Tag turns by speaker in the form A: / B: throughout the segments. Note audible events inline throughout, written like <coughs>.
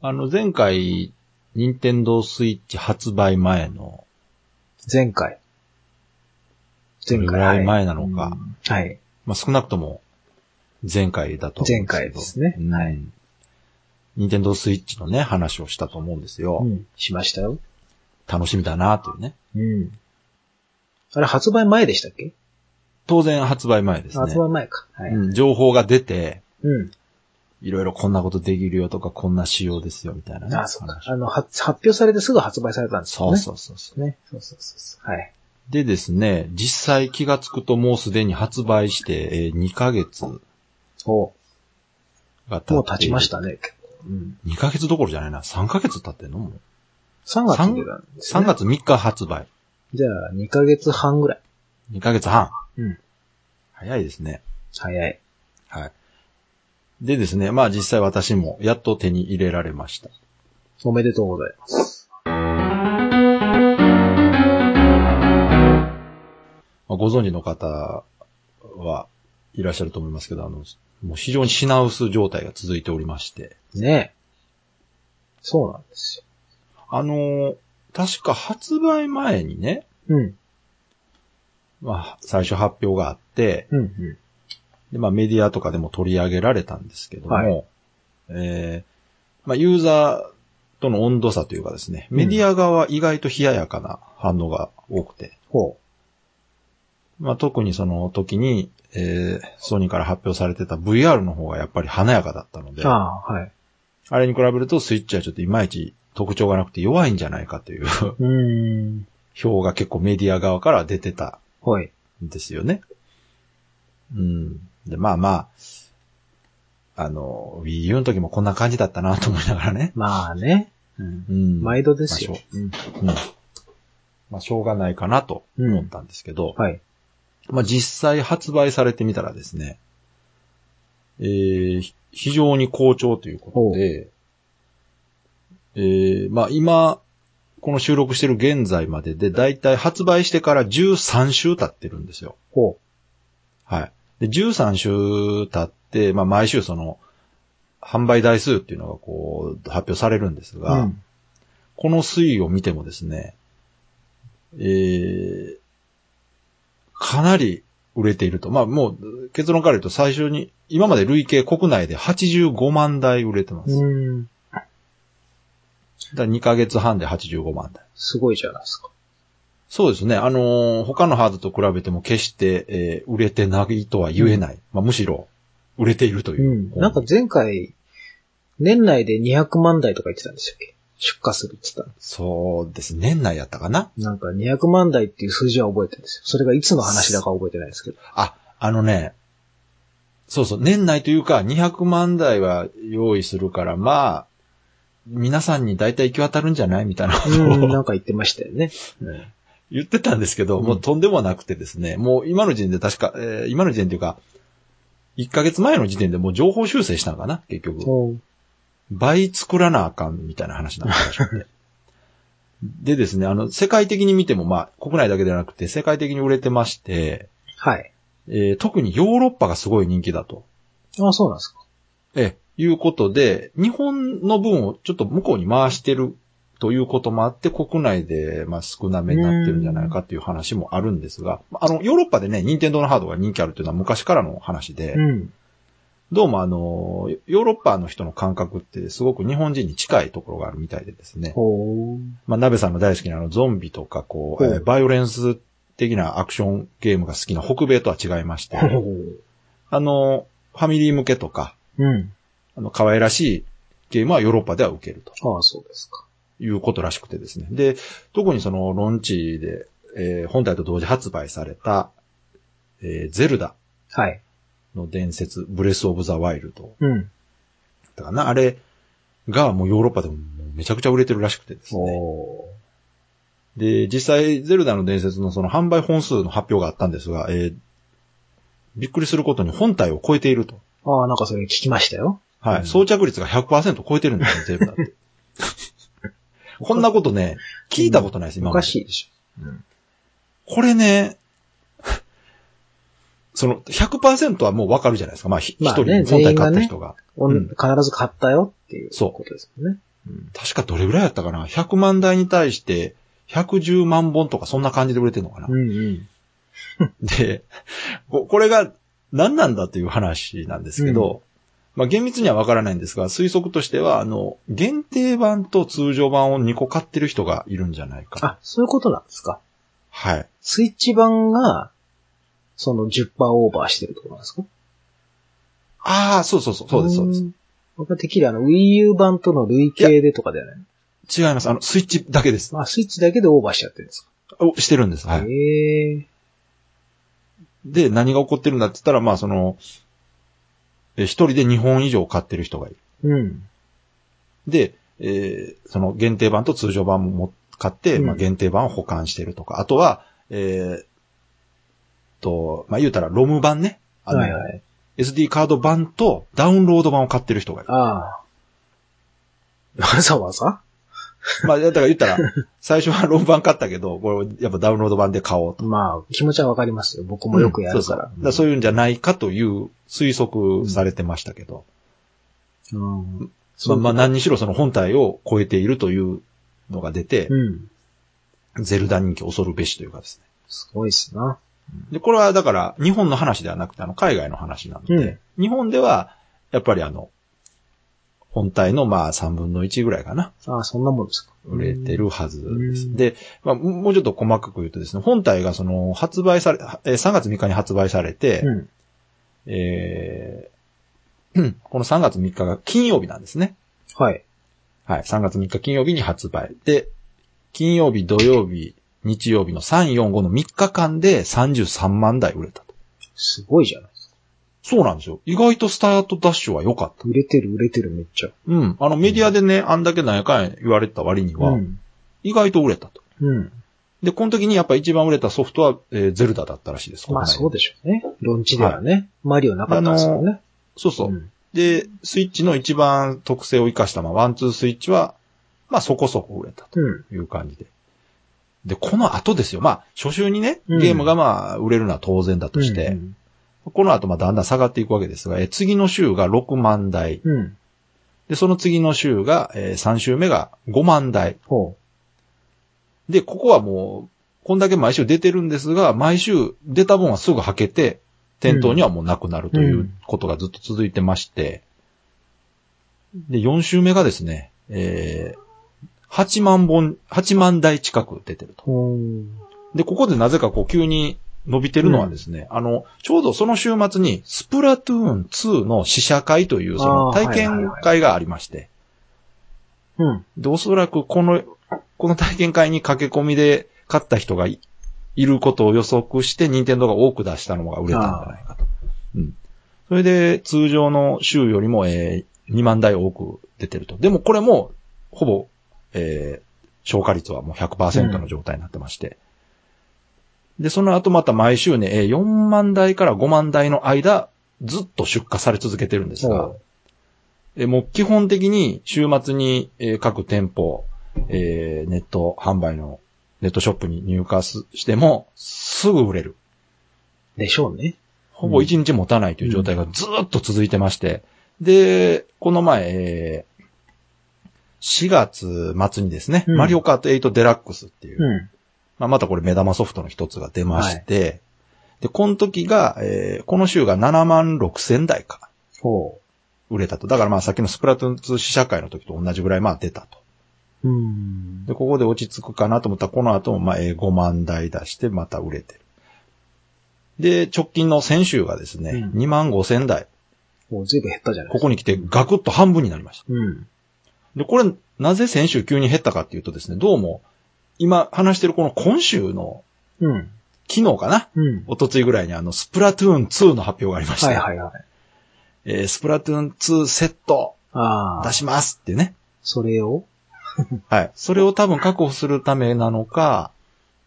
A: あの、前回、任天堂スイッチ発売前の、
B: 前回。前
A: どれ
B: 回。
A: ぐらい
B: は
A: 前なのか、
B: い。はい。
A: まあ、少なくとも、前回だと思うんですけど。
B: 前回ですね
A: うん。任天堂スイッチのね、話をしたと思うんですよ。
B: うん。しましたよ。
A: 楽しみだなというね。
B: うん。あれ、発売前でしたっけ、
A: 当然発売前ですね。
B: 発売前か。はい。
A: うん、情報が出て、
B: うん。
A: いろいろこんなことできるよとか、こんな仕様ですよ、みたいなね。
B: あ、そうか。
A: 話
B: あの、発発表されてすぐ発売されたんです
A: そ
B: よ
A: う
B: ね。
A: そうそうそう。
B: う。ね。そうそうそうそう。はい。
A: でですね、実際気がつくともうすでに発売して、えー2ヶ月
B: お
A: が経って。
B: もう経ちまし。たね。うん。
A: 2ヶ月どころじゃないな。3ヶ月経ってんのもう
B: 3月に出たんです、ね。
A: ?3。月3日発売。
B: じゃあ、2ヶ月半ぐらい。
A: 2ヶ月半。
B: うん。
A: 早いですね。
B: 早い。
A: はい。でですね、まあ実際私もやっと手に入れられました。
B: おめでとうございます。
A: まあご存知の方はいらっしゃると思いますけど、あの、もう非常に品薄状態が続いておりまして。
B: ねえ。そうなんです
A: あのー確か発売前にね、
B: よ。うん。
A: まあ最初発表があって、
B: うん、う
A: で、まあメディアとかでも取り上げられたんですけども、
B: は
A: えーまあユーザーとの温度差というかですね、メディア側は意外と冷ややかな反応が多くて、
B: ん。ほ
A: まあ特にその時に、えーソニーから発表されてた VR の方がやっぱり華やかだったので、
B: う。あ
A: あ
B: あ、はい。
A: れに比べるとスイッチはちょっといまいち特徴がなくて弱いんじゃないかという <laughs>
B: うーん。
A: 票が結構メディア側から出てた
B: ほい。
A: ですよね。うん。で、まあまあ、あの、Wii U の時もこんな感じだったなと思いながらね。
B: まあね。うん。
A: うん。
B: 毎度です
A: まあ。
B: よ
A: しょううん。まあ、しょうがないかなと
B: うん
A: 思ったんですけど、
B: はい。
A: まあ実際発売されてみたらですね、えー、ひ非常に好調ということで、えー、まあ今、この収録してる現在までで、だいたい発売してから13週経ってるんですよ。
B: ほ
A: はい。で、13週経って、まあ、毎週その、販売台数っていうのがこう、発表されるんです
B: う。
A: が、
B: うん
A: この推移を見てもですね、えー、かなり売れていると。まあ、もう、結論から言うと最初に、今まで累計国内で85万台売れてま
B: う
A: す。
B: ーん。
A: だ2ヶ月半で85万台。
B: すごいじゃないですか。
A: そうですね。あのー他のハードと比べても決して、えー売れてないとは言えない。まあ、むしろ、売れているというう。
B: ん。なんか前回、年内で200万台とか言ってたんでしたっけ出荷するって言って
A: そうです。年内やったかな
B: た。なんか200万台っていう数字は覚えてるんですよ。それがいつの話だか覚えてない <laughs> ですけど。
A: あ、あのね、そうそう、年内というか200万台は用意するから、まあ、皆さんに大体行き渡るんじゃないみたいなこ
B: うん、
A: と
B: な
A: を
B: んか言ってましたよね。うん
A: 言ってたんですけど、もうとんでもなくてですね、もう今の時点で確か、えー今の時点というか、1ヶ月前の時点でもう情報修正したのかな結局。
B: おう。
A: 倍作らなあかんみたいな話になったらしくて。でですね、あの、世界的に見ても、まあ、国内だけではなくて、世界的に売れてまして、
B: はい。
A: えー特にヨーロッパがすごい人気だと。
B: あ、そうなんですか。
A: ええ、いうことで、日本の分をちょっと向こうに回してるということもあって、国内で、まあ、少なめになってるんじゃないかっていう話もあるんですが、あの、ヨーロッパでね、任天堂のハードが人気あるというのは昔からの話で、
B: うん。
A: どうもあの、ヨーロッパの人の感覚ってすごく日本人に近いところがあるみたいでですね、
B: ほう。
A: まあ、鍋さんの大好きなあの、ゾンビとか、こう、
B: ほう
A: えーバイオレンス的なアクションゲームが好きな北米とは違いまして、
B: ほう。
A: あの、ファミリー向けとか、
B: うん。
A: あの、可愛らしいゲームはヨーロッパでは受けると
B: ああ、そうですか。
A: いうことらしくてですね。で、特にその、ローンチで、えー本体と同時発売された、えーゼルダ
B: はい。
A: の伝説、ブレスオブザワイルド
B: うん。
A: だかな、あれがもうヨーロッパでももうめちゃくちゃ売れてるらしくてですね。
B: お
A: で、実際、ゼルダの伝説のその販売本数の発表があったんですが、えーびっくりすることに本体を超えていると。
B: ああ、なんかそれ聞きましたよ。
A: はい。
B: うん
A: 装着率が100%超えてるん
B: <laughs>
A: ですよ、ゼルダって。こんなことね、聞いたことないです、今
B: お
A: まで
B: か。しいでし
A: これね、その100%はもうわかるじゃないですか。まあ、ひ一、
B: まあね
A: 人本体買った人が。
B: ょ。お
A: うん
B: ん、必ず買ったよっていう
A: そう
B: ことですよね。
A: うん確かどれぐらいやったかな ?100 万台に対して110万本とかそんな感じで売れてんのかな、
B: うんうん。
A: で、ここれが何なんだという話なんですけど、まあ厳密にはわからないんですが、推測としては、あの、限定版と通常版を2個買ってる人がいるんじゃないか。
B: あ、そういうことなんですか。
A: はい。
B: スイッチ版が、その10%オーバーしてるところなんですか
A: ああ、そうそうそう、そうです、そうです。
B: ん僕はてっきりあの Wii U 版との累計でとかではない
A: 違います。あの、スイッチだけです。
B: あ、スイッチだけでオーバーしちゃってるんです
A: をしてるんです。は
B: か。
A: い。
B: へえ。
A: で、何が起こってるんだって言ったら、まあその、え一人で2本以上買ってる人がいる。
B: うん。
A: で、えーその限定版と通常版も持っ買って、
B: うん
A: まあ、限定版を保管してるとか、あとは、えーと、まあ、言うたらロム版ね。あの、
B: はいはい。
A: SD カード版とダウンロード版を買ってる人がいる。
B: ああ。わざわざ
A: まあ、だから言
B: <laughs>
A: ったら、最初はロム版買ったけど、これやっぱダウンロード版で買おうと。
B: まあ、気持ちはわかりますよ。僕もよくやるから。
A: そうそうだらそういうんじゃないかという推測されてましたけど。
B: うん。
A: まあ、まあ、
B: あ、
A: 何にしろその本体を超えているというのが出て、
B: うん。
A: ゼルダ人気恐るべしというかですね
B: すごいっすな。
A: で、これはだから、日本の話ではなくて、あの、海外の話なので、日本では、やっぱりあの、本体のまあ3分の1ぐらいかな、
B: ああ、そんなもんですか。
A: 売れてるはずで
B: う
A: す。
B: ん
A: で、まあ、もうちょっと細かく言うとですね、本体がその、発売され、えー3月3日に発売されて
B: う、ん。
A: えーうんこの3月3日が金曜日なんですね。
B: はい。
A: はい、3月3日金曜日に発売。で、金曜日、土曜日、日曜日の3、4、5の3日間で33万台売れたと。
B: すごいじゃないですか。
A: そうなんですよ。意外とスタートダッシュは良かった。
B: 売れてる、売れてる、めっちゃ。
A: うん。あの、メディアでね、あんだけなんやかんや言われてた割には、
B: うん。
A: 意外と売れたと。
B: うん。
A: で、この時にやっぱ一番売れたソフトは、えーゼルダだったらしいです。
B: まあ、そう
A: で
B: でしょうね。論地ではね。マリオなかったですもんね。
A: そうそう、
B: うん。
A: で、スイッチの一番特性を生かした、まあ、ワン、ツースイッチは、まあ、そこそこ売れた
B: うん。
A: という感じで。で、この後ですよ。まあ、初週にね、
B: うん
A: ゲームがまあ、売れるのは当然だとして、
B: うん
A: この後まあ、だんだん下がっていくわけですが、えー次の週が6万台、
B: うん。うん。
A: で、その次の週が、え3週目が5万台。
B: ほ
A: で、ここはもう、こんだけ毎週出てるんですが、毎週出た分はすぐ履けて、店頭にはもうなくなるとい
B: うん
A: うことがずっと続いてまして、で、4週目がですね、えー、8万本、8万台近く出てると
B: う。。ほうん。
A: で、ここでなぜかこう急に伸びてるのはですね、あの、ちょうどその週末に、スプラトゥーン2の試写会というその
B: あー
A: 体験会がありまして、
B: うん。
A: で、おそらくこの、この体験会に駆け込みで勝った人がいいることを予測して、任天堂が多く出したのが売れたんじゃないかと。うん。それで、通常の週よりも、えー2万台多く出てると。でもこれも、ほぼ、えー消化率はもう100%の状態になってまして。で、その後また毎週ね、えー4万台から5万台の間、ずっと出荷され続けてるんですが、
B: ほ
A: えーもう基本的に週末に、えー各店舗、えーネット販売のネットショップに入荷すしてもすぐ売れる。
B: うでしょうね。
A: ほぼ1日持たないという状態がずーっと続いてまして。で、この前、えー4月末にですね、
B: うん
A: マリオカート8デラックスっていう、
B: うん。
A: まあ、またこれ目玉ソフトの一つが出まして、で、この時が、えーこの週が7万6千台か。
B: ほ
A: 売れたと。だからまあさっきのスプラトゥーン2試写会の時と同じぐらいまあ出たと。
B: う。うん。
A: で、ここで落ち着くかなと思ったら、この後もまあえー5万台出してまた売れてる。で、直近の先週がですね、
B: うん
A: 2万5千台。
B: もう随分減ったじゃない
A: こ
B: ですか。
A: こに来てガクッと半分になりました。
B: うん。
A: で、これなぜ先週急に減ったかっていうとですね、どうも、今話してるこの今週の
B: うん。
A: 昨日かな
B: うん。
A: おとついぐらいにあの、スプラトゥーン2の発表がありました。
B: はいはいはい。
A: えースプラトゥーン2セット
B: ああ
A: 出。しますってね。
B: それを
A: はい。それを多分確保するためなのか、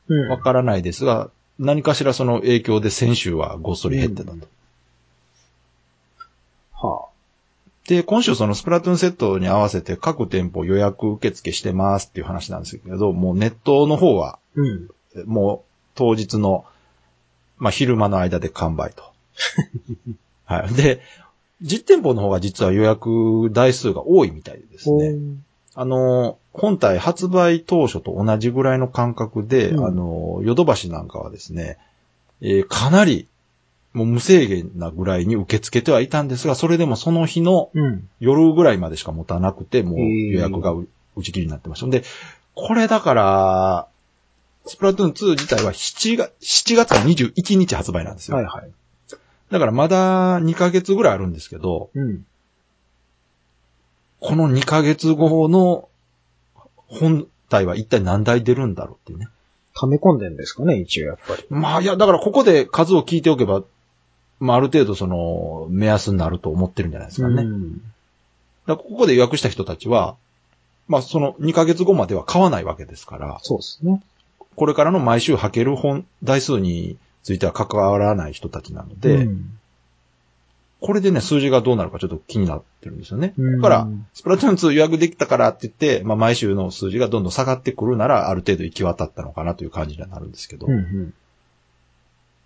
B: うん
A: わからないですが、何かしらその影響で先週はごっそり減ってたと。
B: うんは
A: で、今週そのスプラトゥーンセットに合わせて各店舗予約受付してますっていう話なんですけど、もうネットの方は
B: あ。うん。
A: もう当日の、まあ昼間の間で完
B: <laughs>
A: 売と。はい。で、実店舗の方が実は予約台数が多いみたいですね。
B: ほ
A: あの、本体発売当初と同じぐらいの感覚で、
B: うん
A: あの、ヨドバシなんかはですね、えーかなり、もう無制限なぐらいに受け付けてはいたんですが、それでもその日の
B: うん。
A: 夜ぐらいまでしか持たなくて、もう
B: へー
A: 予約がう打ち切りになってました。んで、これだから、スプラトゥーン2自体は7月、7月21日発売なんですよ。
B: はいはい。
A: だからまだ2ヶ月ぐらいあるんですけど、
B: うん。
A: この2ヶ月後の本体は一体何台出るんだろうっていうね。
B: 溜め込んでんですかね、一応やっぱり。
A: まあいや、だからここで数を聞いておけば、まあある程度その目安になると思ってるんじゃないですかね。だか
B: ん。
A: らここで予約した人たちは、まあその2ヶ月後までは買わないわけですから、
B: そうですね。
A: これからの毎週履ける本、台数については関わらない人たちなので、
B: うん
A: これでね、数字がどうなるかちょっと気になってるんですよね。
B: うん
A: だから、スプラトゥーン2予約できたからって言って、まあ毎週の数字がどんどん下がってくるなら、ある程度行き渡ったのかなという感じにはなるんですけど、
B: うんうん。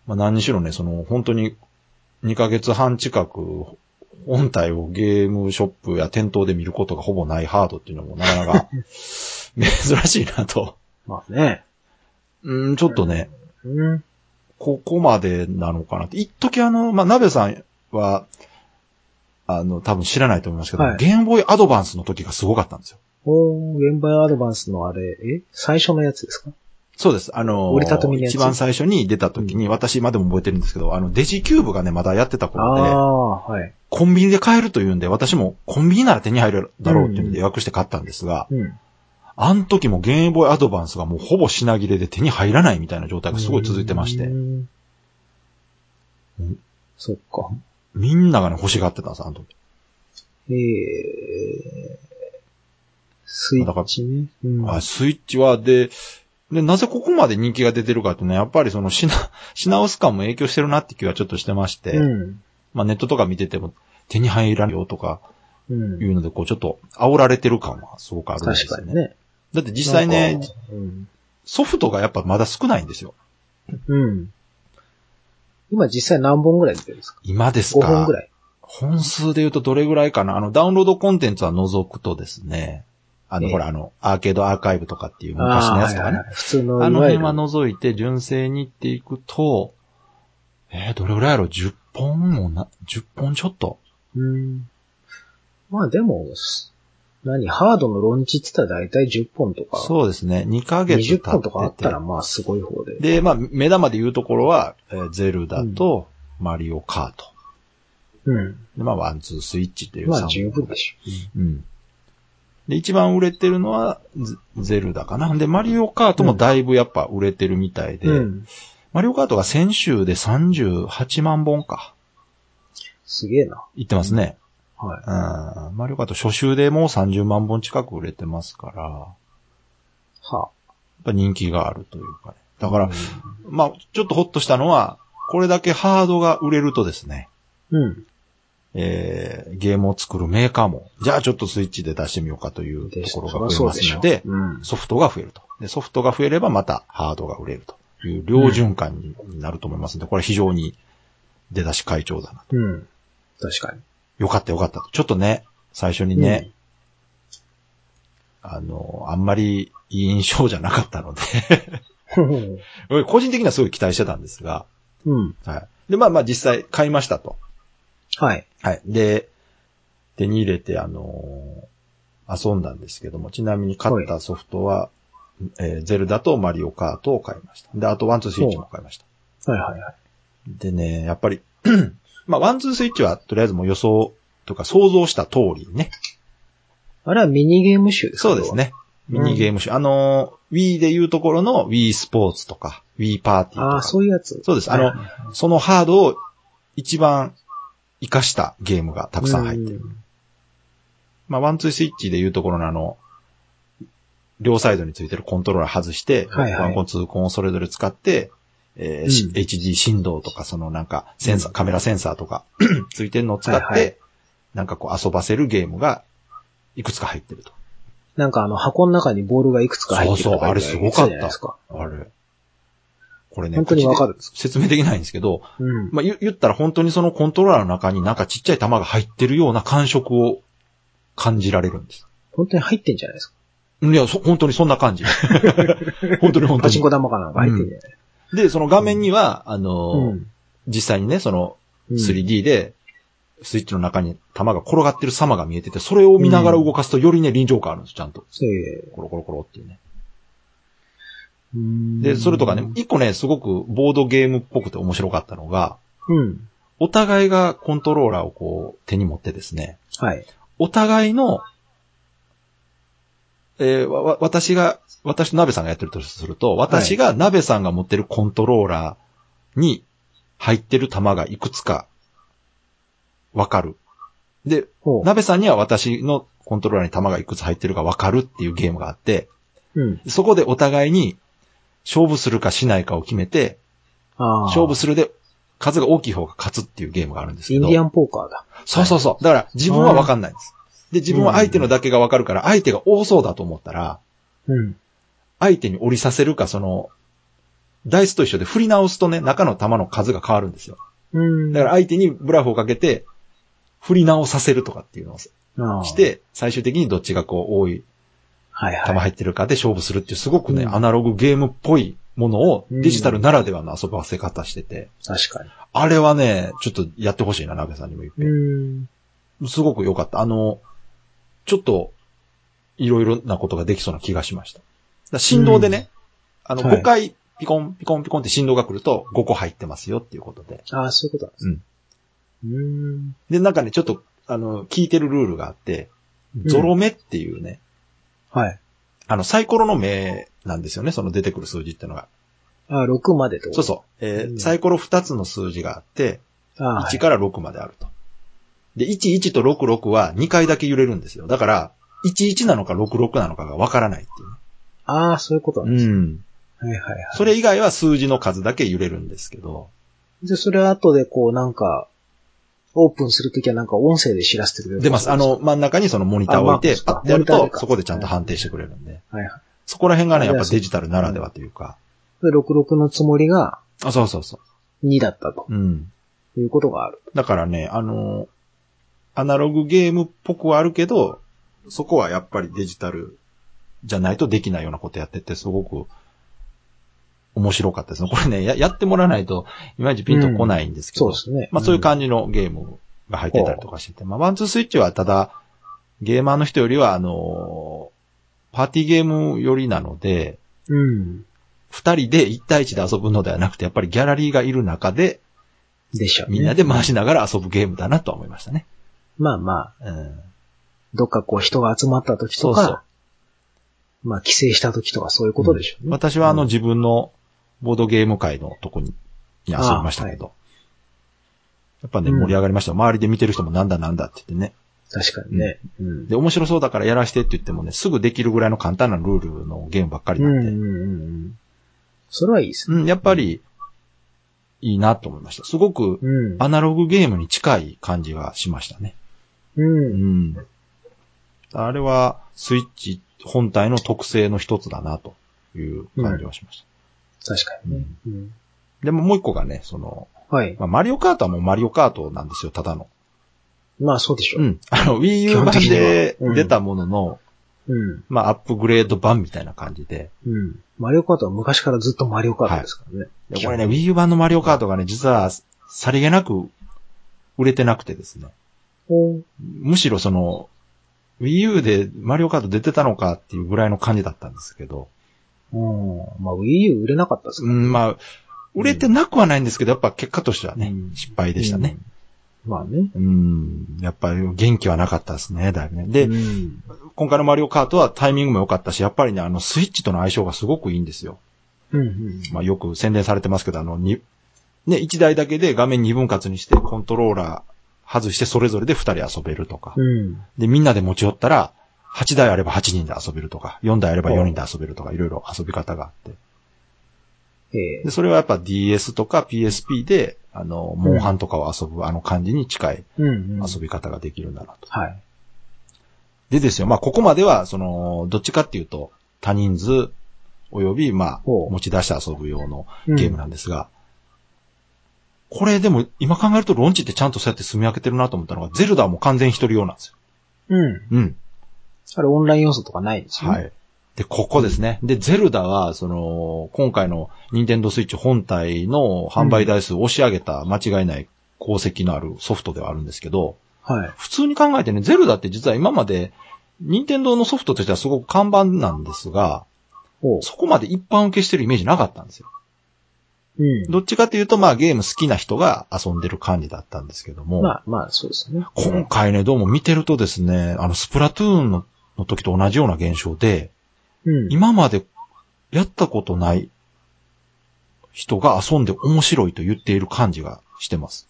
A: まあ何にしろね、その本当に2ヶ月半近く、本体をゲームショップや店頭で見ることがほぼないハードっていうのもなかな
B: <laughs>
A: か珍しいなと。
B: まあね。
A: うん、ちょっとね、
B: うん。
A: ここまでなのかなって。一時あの、まあ、鍋さんは、あの、多分知らないと思いますけど、
B: はい
A: ゲームボーイアドバンスの時がすごかったんですよ。
B: おー、現場アドバンスのあれ、え最初のやつですか
A: そうです。あの、
B: 折りたたみのやつ
A: 一番最初に出た時に、私今でも覚えてるんですけど、あの、デジキューブがね、まだやってた
B: あ
A: 頃で、
B: あー、はい。
A: コンビニで買えるというんで、私もコンビニなら手に入るだろうっていうんで予約して買ったんですが、
B: うん。
A: あの時もゲームボーイアドバンスがもうほぼ品切れで手に入らないみたいな状態がすごい続いてまして
B: う、ん
A: うん。
B: そっか。
A: みんながね、欲しがってたんです、あの時。
B: えー、スイッチね。うん。
A: あスイッチは、で、で、なぜここまで人気が出てるかってね、やっぱりその品、品薄感も影響 <laughs> してるなって気はちょっとしてまして、
B: うん。
A: まあネットとか見てても手に入らんよとか
B: うん
A: い。うので、こうちょっと煽られてる感はすごくあるんです
B: 確
A: よ
B: か
A: ね。
B: にね。
A: だって実際ね
B: なん、か。うん。
A: ソフトがやっぱまだ少ないんですよ。
B: うん。今実際何本ぐらい出てるんですか
A: 今です
B: ?5
A: か
B: 本ぐらい。
A: 本数で言うとどれぐらいかなあの、ダウンロードコンテンツは除くとですね、あの、
B: ええ
A: ほら、あの、アーケードアーカイブとかっていう昔のやつとかね
B: あーはいはい。はい普通の、
A: あの
B: いわゆ
A: 辺
B: る
A: は除いて、純正にっていくと、えー、どれぐらいやろ ?10 本もな、10本ちょっと。
B: うん。まあでも、す何、ハードのロンチって言ったら大体10本とか、
A: そうですね。2ヶ月
B: 20本とか
A: 経
B: あ
A: っ
B: ってた
A: て
B: ら。まあすごい方で。
A: で、まあ、目玉で言うところは、えーゼルダと、マリオカート。
B: うん。
A: で、まあ、ワン、ツー、スイッチっていう
B: ま
A: 三
B: あ
A: 本
B: 十分でし
A: うん。で、一番売れてるのは、ゼゼルダかな。で、マリオカートもだいぶやっぱ売れてるみたいで、
B: ょ。うん。
A: マリオカートが先週で38万本か。
B: すげえな。
A: いってますね。
B: はい。
A: うんマリオカート初週でもう30万本近く売れてますから、やっ
B: は
A: ぱ人気があるというかね。だか
B: あ
A: ら、まあ、ちょっとほっとしたのは、これだけハードが売れるとですね、
B: うん。
A: えー、ゲームを作るメーカーも、じゃあちょっとスイッチで出してみようかという
B: で
A: と
B: す
A: ころ
B: そり
A: が
B: ゃ
A: 増え
B: そう
A: ま
B: ですしょ
A: ので、
B: うん。
A: ソフトが増えると。で、ソフトが増えればまたハードが売れるという両循環になると思いますので、これは非常に出だし会長だな。
B: うん。確かに。
A: よかったよかった。ちょっとね、最初にね、あの、あんまりいい印象じゃなかったので、 <laughs>
B: うん。
A: 個人的にはすごい期待してたんですが、
B: <laughs> うん。
A: はい。で、まあまあ実際買いましたと。
B: はい。
A: はい。で、手に入れて、あのー遊んだんですけども、ちなみに買ったソフトは、えーゼルダとマリオカートを買いました。で、あとワンツースイッチも買いました。
B: はいはいはい。
A: でね、やっぱり、 <clears throat> まあワンツースイッチはとりあえずもう予想とか想像した通りね、
B: あれはミニゲーム集ですか
A: そうです。ね。ミ
B: うん
A: ニゲーム集。あの、Wii でいうところの Wii スポーツとか、Wii パーティーと
B: これは
A: か。
B: ああ、そういうやつ。
A: そうですあの
B: はいはいはい
A: そのハードを一番活かしたゲームがたくさん入ってる。
B: うん
A: まあ、ワンツースイッチでいうところのあの、両サイドについてるコントローラー外して、
B: はいはい
A: ワンコン、ツーコンをそれぞれ使って、えー
B: うん
A: し HD 振動とか、そのなんか、センサー、
B: うん
A: カメラセンサーと
B: <coughs>
A: か、ついてるのを使って、
B: はいはい
A: なんかこう遊ばせるゲームが、いくつか入ってると。
B: なんかあの箱の中にボールがいくつか入ってると
A: そうそうあれすごかった
B: 言てじゃないですか。
A: あれ。これね、
B: 本当にわかる
A: 口で説明できないんですけど、
B: うん。
A: まあ、言言ったら本当にそのコントローラーの中になんかちっちゃい玉が入ってるような感触を感じられるんです。
B: 本当に入ってんじゃないですか。
A: いや、そ、本当にそんな感
B: <laughs>
A: じ。本当に本当
B: パチン
A: に
B: コ。玉かなんか入ってんじゃない、
A: で、その画面には、あの
B: う
A: ー、
B: ん
A: 実際にね、その
B: うん
A: 3D で、スイッチの中に弾が転がってる様が見えてて、それを見ながら動かすとよりね、臨場感あるんです、ちゃんと。
B: そういう
A: コロコロコロっていうね。
B: うん
A: で、それとかね、一個ね、すごくボードゲームっぽくて面白かったのが、
B: うん。
A: お互いがコントローラーをこう手に持ってですね、
B: はい。
A: お互いの、えーわ、わ、私が、私と鍋さんがやってるとすると、私が鍋さんが持ってるコントローラーに入ってる球がいくつかわかる。で、
B: ほ
A: 鍋さんには私のコントローラーに球がいくつ入ってるかわかるっていうゲームがあって、
B: う。うん。
A: そこでお互いに勝負するかしないかを決めて、
B: ああ。
A: 勝負するで数が大きい方が勝つっていうゲームがあるんですけ
B: イン
A: ど。
B: ディアンポーカーだ。
A: そうそうそう。だから自分は分かんないんです。で、自分は相手のだけが分かるから、相手が多そうだと思ったら、
B: うん。
A: 相手に降りさせるか、その、ダイスと一緒で振り直すとね、中の球の数が変わるんですよ。
B: うん。
A: だから相手にブラフをかけて、振り直させるとかっていうのをし
B: ら
A: て、最終的にどっちがこう多い
B: はいは
A: 球
B: い。
A: 入ってるかで勝負するっていう、すごくね、
B: うん
A: アナログゲームっぽいものを
B: うん
A: デジタルならではの遊ばせ方してて、
B: 確か
A: あれはね、ちょっとやってほしいな、鍋さんにも言って
B: に。。うん。
A: すごく良かった。あの、ちょっと、いろいろなことができそうな気がしました。だから振動でね、あの、
B: はい
A: 5回、ピコン、ピコン、ピコンって振動が来ると、5個入ってますよっていうことで。
B: ああ、そういうことなんですね。うん。
A: で、なんかね、ちょっと、あの、聞いてるルールがあって、
B: ん
A: ゾロ目っていうね、
B: はい。
A: あの、サイコロの目なんですよね、その出てくる数字ってのが。
B: ああ、6までってこと
A: そうそう。えー
B: うん
A: サイコロ2つの数字があって、
B: う。ああ。
A: 1から6まであると。で、1、1と6、6は2回だけ揺れるんですよ。だから、1、1なのか6、6なのかがわからないっていうね。
B: ああ、そういうことなんですね。
A: ん。
B: はいはいはい。
A: それ以外は数字の数だけ揺れるんですけど。
B: で、それは後でこうなんか、オープンするときはなんか音声で知らせてくれる。
A: 出ます。あ、の、真ん中にそのモニターを置い
B: あまあ
A: て
B: そ、うか
A: パッてやる
B: モニター
A: と
B: で、か
A: そこでちゃんと判定してくれるんで。
B: はいは
A: そこら辺がね、
B: あ
A: やっぱ
B: じゃあ
A: デジタルならではというか。
B: い。で、66のつもりが
A: あ、そうそうそ
B: 2だったと
A: う。うん。
B: いうことがある。
A: だからね、あのー、アナログゲームっぽくはあるけど、そこはやっぱりデジタルじゃないとできないようなことやってて、すごく面白かったですね。これね、ややってもらわないと、いまいちピンとこないんですけど。
B: そうですね。
A: まあそういう
B: じ。
A: 感じのゲームが入ってたりとかしてて、まあワンツースイッチはただ、ゲーマーの人よりは、あのーパーティーゲームよりなので、
B: うん。
A: 二人で一対一で遊ぶのではなくて、やっぱりギャラリーがいる中で、
B: でしょうね。
A: みんなで回しながら遊ぶゲームだなとは思いましたね。
B: まあまあ、
A: うん。
B: どっかこう人が集まったときと
A: そうそう
B: か、まあ帰省したときとかそういうことでしょうね。
A: 私はあの
B: うん
A: 自分のボードゲーム会のとこにに遊びましたけど、やっぱね、
B: うん
A: 盛り上がりましたよ。周りで見てる人もなんだなんだって言ってね。
B: 確かにね。うん。
A: で、面白そうだからやらしてって言ってもね、すぐできるぐらいの簡単なルールのゲームばっかり
B: う
A: なんん
B: うん
A: で、
B: うんうん。それはいいですね。
A: うん、やっぱり、いいなと思いました。すごく、
B: うん。
A: アナログゲームに近い感じがしましたね。
B: う。
A: うんん。あれは、スイッチ本体の特性の一つだな、という感じはしまし
B: 確かにね。うん。
A: た。でももう一個がね、その、
B: はい。
A: まあ、マリオカートはもうマリオカートなんですよ、ただの。
B: まあそうでしょう。
A: ん。あの、Wii
B: 基
A: U
B: 本
A: 版
B: 的には
A: で出たものの、
B: うん。
A: まあ、アップグレード版みたいな感じで。
B: うん。マリオカートは昔からずっとマリオカートですからね。
A: でこれね、Wii U 版のマリオカートがね、実は、さりげなく売れてなくてですね。
B: おー
A: むしろその、Wii U でマリオカート出てたのかっていうぐらいの感じだったんですけど、
B: うん。まあ Wii U 売れなかったですか
A: うん、まあ、売れてなくはないんですけど、やっぱ結果としてはね、
B: うん
A: 失敗でしたね。。
B: うんまあね。
A: うん、やっぱり元気はなかったですね、だいぶね。で、
B: うん
A: 今回のマリオカートはタイミングも良かったし、やっぱりね、あの、スイッチとの相性がすごくいいんですよ。
B: うんうん。
A: まあ、よく宣伝されてますけど、あの、に、ね、1台だけで画面2分割にして、コントローラー外してそれぞれで2人遊べるとか。
B: うん。
A: で、みんなで持ち寄ったら、8台あれば8人で遊べるとか、4台あれば4人で遊べるとか、いろいろ遊び方があって。
B: ええ
A: で、それはやっぱ DS とか PSP で、あの、モンハンとかを遊ぶあの感じに近い
B: うんうん。
A: 遊び方ができるんだなと。
B: はい。
A: でですよ、まあ、ここまでは、その、どっちかっていうと、多人数、および、まあ、
B: ほう
A: 持ち出して遊ぶ用の
B: うん
A: ゲームなんですが、これでも、今考えるとロンチってちゃんとそうやって住み分けてるなと思ったのが、ゼルダはもう完全一人用なんですよ。
B: うん。
A: うん。
B: あれオンライン要素とかないですよね。
A: は。い。で、ここですね。で、ゼルダは、その、今回の任天堂スイッチ本体の販売台数を押し上げた間違いない功績のあるソフトではあるんですけど、
B: はい。
A: 普通に考えてね、ゼルダって実は今まで、任天堂のソフトとしてはすごく看板なんですが、
B: おう。
A: そこまで一般受けしてるイメージなかったんですよ。
B: うん。
A: どっちかというと、まあゲーム好きな人が遊んでる感じだったんですけども、
B: まあまあ、そうですね。
A: 今回ね、どうも見てるとですね、あの、スプラトゥーンのの時と同じような現象で、
B: うん。
A: 今までやったことない人が遊んで面白いと言っている感じがしてます。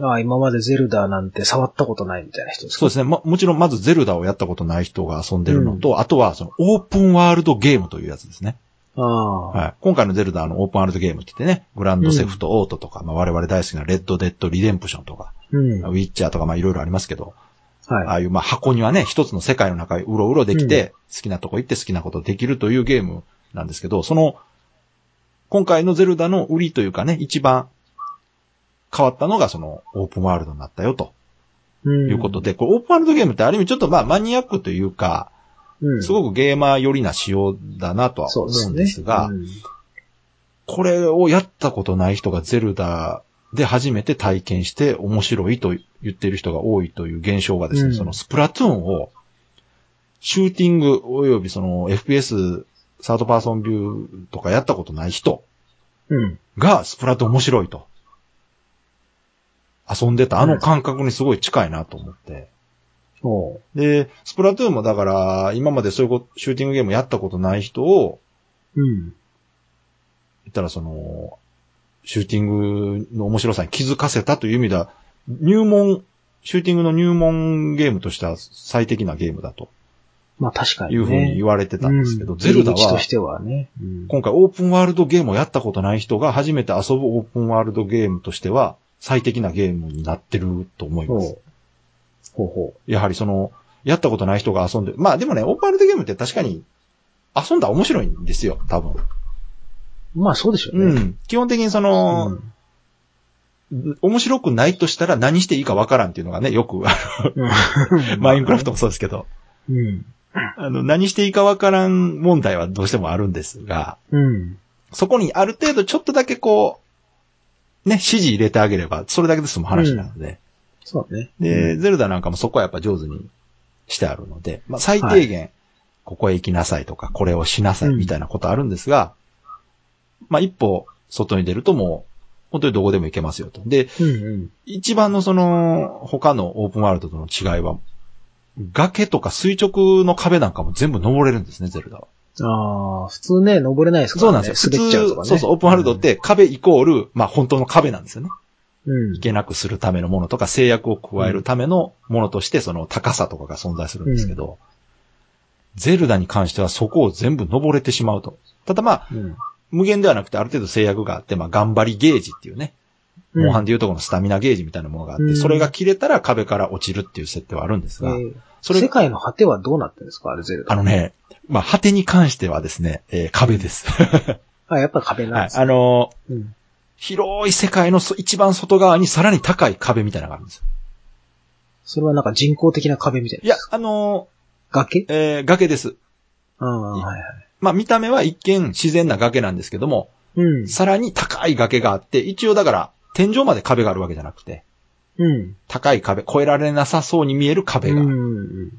B: ああ、今までゼルダなんて触ったことないみたいな人です
A: そう
B: か
A: ですね。ま、もちろんまずゼルダをやったことない人が遊んでるのと、あとはそのオープンワールドゲームというやつですね。
B: ああ。
A: はい。今回のゼルダのオープンワールドゲームって言ってね、グランドセフトオートとか、まあ我々大好きなレッドデッドリデンプションとか、
B: う
A: ウ
B: ん。
A: ィッチャーとかまあいろいろありますけど、あ
B: はい。
A: あいうまあ箱にはね、一つの世界の中にうろうろできて、好きなとこ行って好きなことできるというゲームなんですけど、その、今回のゼルダの売りというかね、一番変わったのがそのオープンワールドになったよと
B: うん。
A: いうことで、これオープンワールドゲームってある意味ちょっとまあマニアックというか、
B: うん、
A: すごくゲーマー寄りな仕様だなとは
B: そ
A: 思
B: うです
A: うん
B: ね。
A: ですが、
B: うん
A: これをやったことない人がゼルダで初めて体験して面白いと言っている人が多いという現象がですね、
B: うん
A: そのスプラトゥーンをシューティングおよびその FPS サードパーソンビューとかやったことない人
B: うん。
A: がスプラトゥーン面白いと遊んでたあの感覚にすごい近いなと思って。
B: おう。
A: で、スプラトゥーンもだから今までそういうことシューティングゲームやったことない人を
B: うん。
A: 言ったらその、シューティングの面白さに気づかせたという意味では、入門、シューティングの入門ゲームとしては最適なゲームだと
B: まあ確かに、
A: い
B: ね。
A: うふうに言われてたんですけど、
B: うん
A: ゼルダ
B: 入り口と
A: は
B: してはね。うん
A: 今回オープンワールドゲームをやったことない人が初めて遊ぶオープンワールドゲームとしては最適なゲームになってると思いま
B: お
A: す
B: う。ほうほ
A: やはりその、やったことない人が遊んで、まあでもね、オープンワールドゲームって確かに遊んだら面白いんですよ、多分。
B: う。まあそうでしょう
A: う
B: ね。
A: ん。基本的にその、
B: うん
A: 面白くないとしたら何していいかわからんっていうのがね、よく、あの <laughs> マインクラフト。もそうですけど、
B: うん。
A: あの、何していいかわからん問題はどうしてもあるんですが、
B: うん。
A: そこにある程度ちょっとだけこう、ね、指示入れてあげれば、それだけで済む話なので、
B: そうね。
A: で、ゼルダなんかもそこはやっぱ上手にしてあるので、まあ、最低限、ここへ行きなさいとか、これをしなさいみたいなことあるんですが、まあ、一歩外に出るともう、本当にどこでも行けますよと。で、
B: うんうん。
A: 一番のその、他のオープンワールドとの違いは、崖とか垂直の壁なんかも全部登れるんですね、ゼルダは。
B: ああ、普通ね、登れないですか
A: そう
B: ら
A: な
B: ね。
A: んですよ。
B: 滑っちゃうとかね。
A: そうそう、オープンワールドっ。て壁イコール、まあ本当の壁なんですよね。
B: うん
A: い。けなくするためのものとか、制約を加えるためのものとして、その高さとかが存在するんですけど、ゼルダに関してはそこを全部登れてしまうと。ただまあ、
B: うん。
A: 無限ではなくてある程度制約があって、まあ頑張りゲージっていうね、モンハン
B: で。
A: でいうとこのスタミナゲージみたいなものがあっ
B: う
A: て、
B: ん
A: それが切れたら壁から落ちるっていう設定はあるんです
B: え
A: が、
B: ー
A: そ
B: 世
A: れ、
B: 界の果てはどうなってるんですかあれゼルダ。
A: あのね、まあ、果てに関してはですね、えー壁です。
B: あ、やっぱ壁なん
A: は
B: で
A: い。
B: すね
A: あのー
B: うん。
A: 広い世界のそ一番外側にさらに高い壁みたいなのがあるんですよ。
B: それはなんか人工的な壁みたいない
A: や、あの
B: 崖
A: ーえー崖です。
B: ああ、はいはい。
A: まあ、見た目は一見自然な崖なんですけども、
B: うん。
A: さらに高い崖があって、一応だから、天井まで壁があるわけじゃなくて、
B: うん。
A: 高い壁、越えられなさそうに見える壁が。
B: うんうん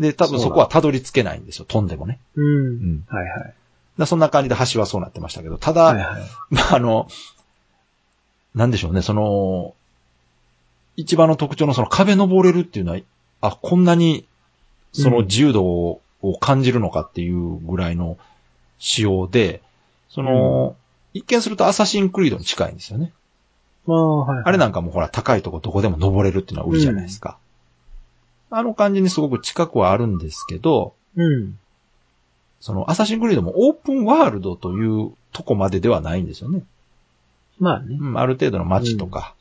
A: で、多分そこはたどり着けないんですよ、飛んでもね。
B: うん。う。
A: うんん。
B: はいはい。
A: だそんな感じで橋はそうなってましたけど、ただ、
B: はいはい。
A: まあ、あの、なんでしょうね、その、一番の特徴のその壁登れるっていうのは、あ、こんなに、その自由度をを感じるのかっていうぐらいの仕様で、その、一見するとアサシンクリードに近いんですよね。
B: まあ、はいはい。
A: あれなんかもほら、高いとこどこでも登れるっていうのは売りじゃないですか。あの感じにすごく近くはあるんですけど、
B: うん。
A: そのアサシンクリードもオープンワールドというとこまでではないんですよね。
B: まあね。
A: うん、ある程度の街とか、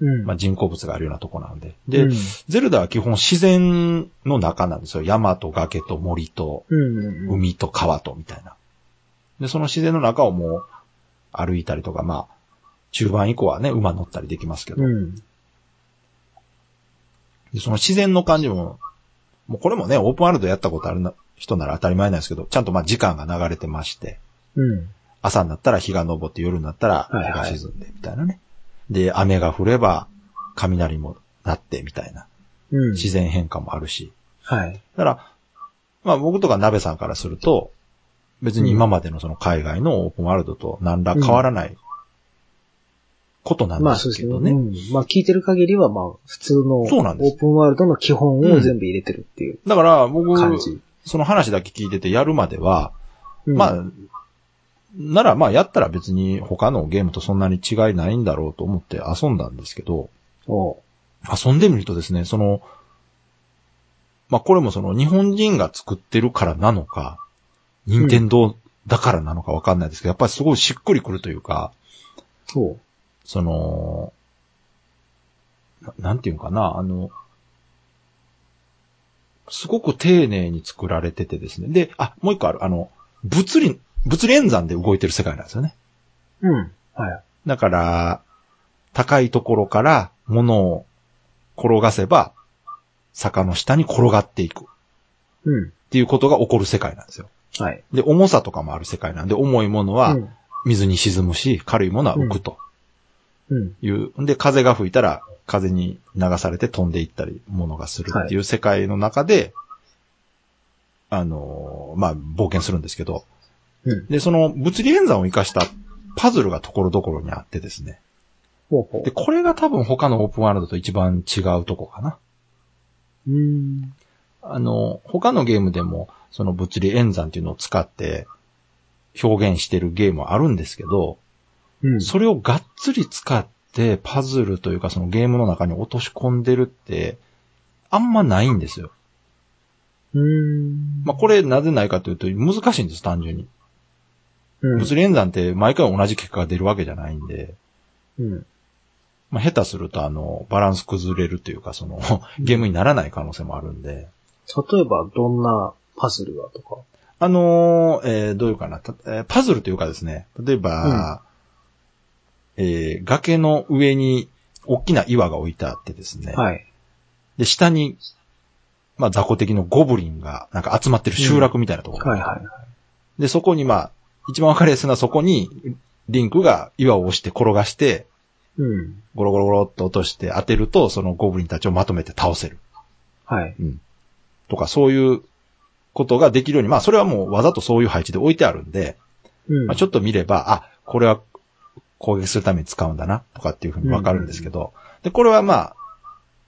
B: うん。
A: まあ、人工物があるようなとこなんで。で、
B: うん
A: ゼルダは基本自然の中なんですよ。山と崖と森と
B: うんうんうん。
A: 海と川とみたいな。で、その自然の中をもう歩いたりとか、まあ、中盤以降はね、馬乗ったりできますけど、
B: うん。
A: でその自然の感じも、もうこれもね、オープンワールドやったことあるな人なら当たり前なんですけど、ちゃんとまあ時間が流れてまして、
B: うん。
A: 朝になったら日が昇って夜になったら
B: はい
A: 日
B: は
A: が
B: い
A: 沈んでみたいなね。で、雨が降れば雷も鳴ってみたいな。
B: うん。
A: 自然変化もあるし。
B: はい。
A: だから、まあ僕とか鍋さんからすると、別に今までのその海外のオープンワールドと何ら変わらないことなん
B: ま
A: で
B: あそう
A: すけ
B: ですね。
A: ど
B: う
A: ね。
B: ん。まあ聞いてる限りは、まあ普通のオ
A: そうなんです
B: ープンワールドの基本を全部入れてるっていう
A: だから
B: 感
A: 僕、
B: じ。
A: その話だけ聞いててやるまでは、
B: うん
A: まあ、ならまあやったら別に他のゲームとそんなに違いないんだろうと思って遊んだんですけど、
B: おう
A: 遊んでみるとですね、その、まあこれもその日本人が作ってるからなのか、任天堂だからなのかわかんないですけど、やっぱりすごいしっくりくるというか、
B: そう。
A: その、ななんていうのかな、あの、すごく丁寧に作られててですね。で、あ、もう一個ある。あの、物理、物理演算で動いてる世界なんですよね。
B: うん。はい。
A: だから、高いところから物を転がせば、坂の下に転がっていくっ
B: うん。
A: ていうことが起こる世界なんですよ。
B: はい。
A: で、重さとかもある世界なんで、重いものは
B: うん
A: 水に沈むし、軽いものは浮くと
B: うん。
A: いう。で、風が吹いたら風に流されて飛んでいったり、物がするっていう世界の中で、あのーまあ、冒険するんですけど、
B: うん。
A: で、その物理演算を活かしたパズルがところどころにあってですね。
B: ほうほ
A: で、これが多分他のオープンワールドと一番違うとこかな。
B: う。うん。
A: あの、他のゲームでも、その物理演算っていうのを使って表現してるゲームはあるんですけど、
B: うん。
A: それをがっつり使ってパズルというかそのゲームの中に落とし込んでるって、あんまないんですよ。
B: うん。
A: まあ、これなぜないかというと難しいんです、単純に。
B: うん。
A: 物理演算って毎回同じ結果が出るわけじゃないんで、
B: うん。
A: まあ、下手するとあの、バランス崩れるというかその、ゲームにならない可能性もあるんで、
B: 例えば、どんなパズルがとか。
A: あのーえーどういうかな、たえーパズルというかですね、例えば、えー崖の上に大きな岩が置いてあってですね、
B: はい。
A: で、下に、まあ、雑魚的のゴブリンが、なんか集まってる集落みたいなところ。
B: はいはい。
A: で、そこにまあ、一番わかりやすいのはそこに、リンクが岩を押して転がして、
B: うん。
A: ゴロゴロゴロっと落として当てると、そのゴブリンたちをまとめて倒せる。
B: はい。
A: とか、そういうことができるように、まあ、それはもうわざとそういう配置で置いてあるんで、
B: うん。
A: まあ、ちょっと見れば、あ、これは攻撃するために使うんだな、とかっていうふうにわかるんですけど、で、これはまあ、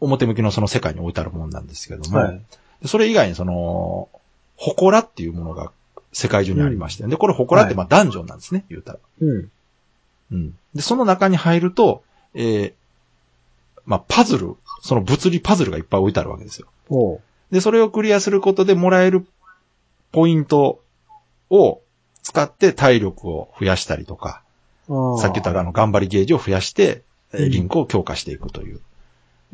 A: 表向きのその世界に置いてあるもんなんですけども、
B: はい。
A: でそれ以外にその、祠っていうものが世界中にありまして、で、これ祠ってまあダンジョンなんですね、言うたら。
B: うん。
A: うん。で、その中に入ると、えー、まあパズル、その物理パズルがいっぱい置いてあるわけですよ。
B: おう。
A: で、それをクリアすることでもらえるポイントを使って体力を増やしたりとか、
B: ああ
A: さっき言ったあの、頑張りゲージを増やして、えー
B: うん
A: リンクを強化していくという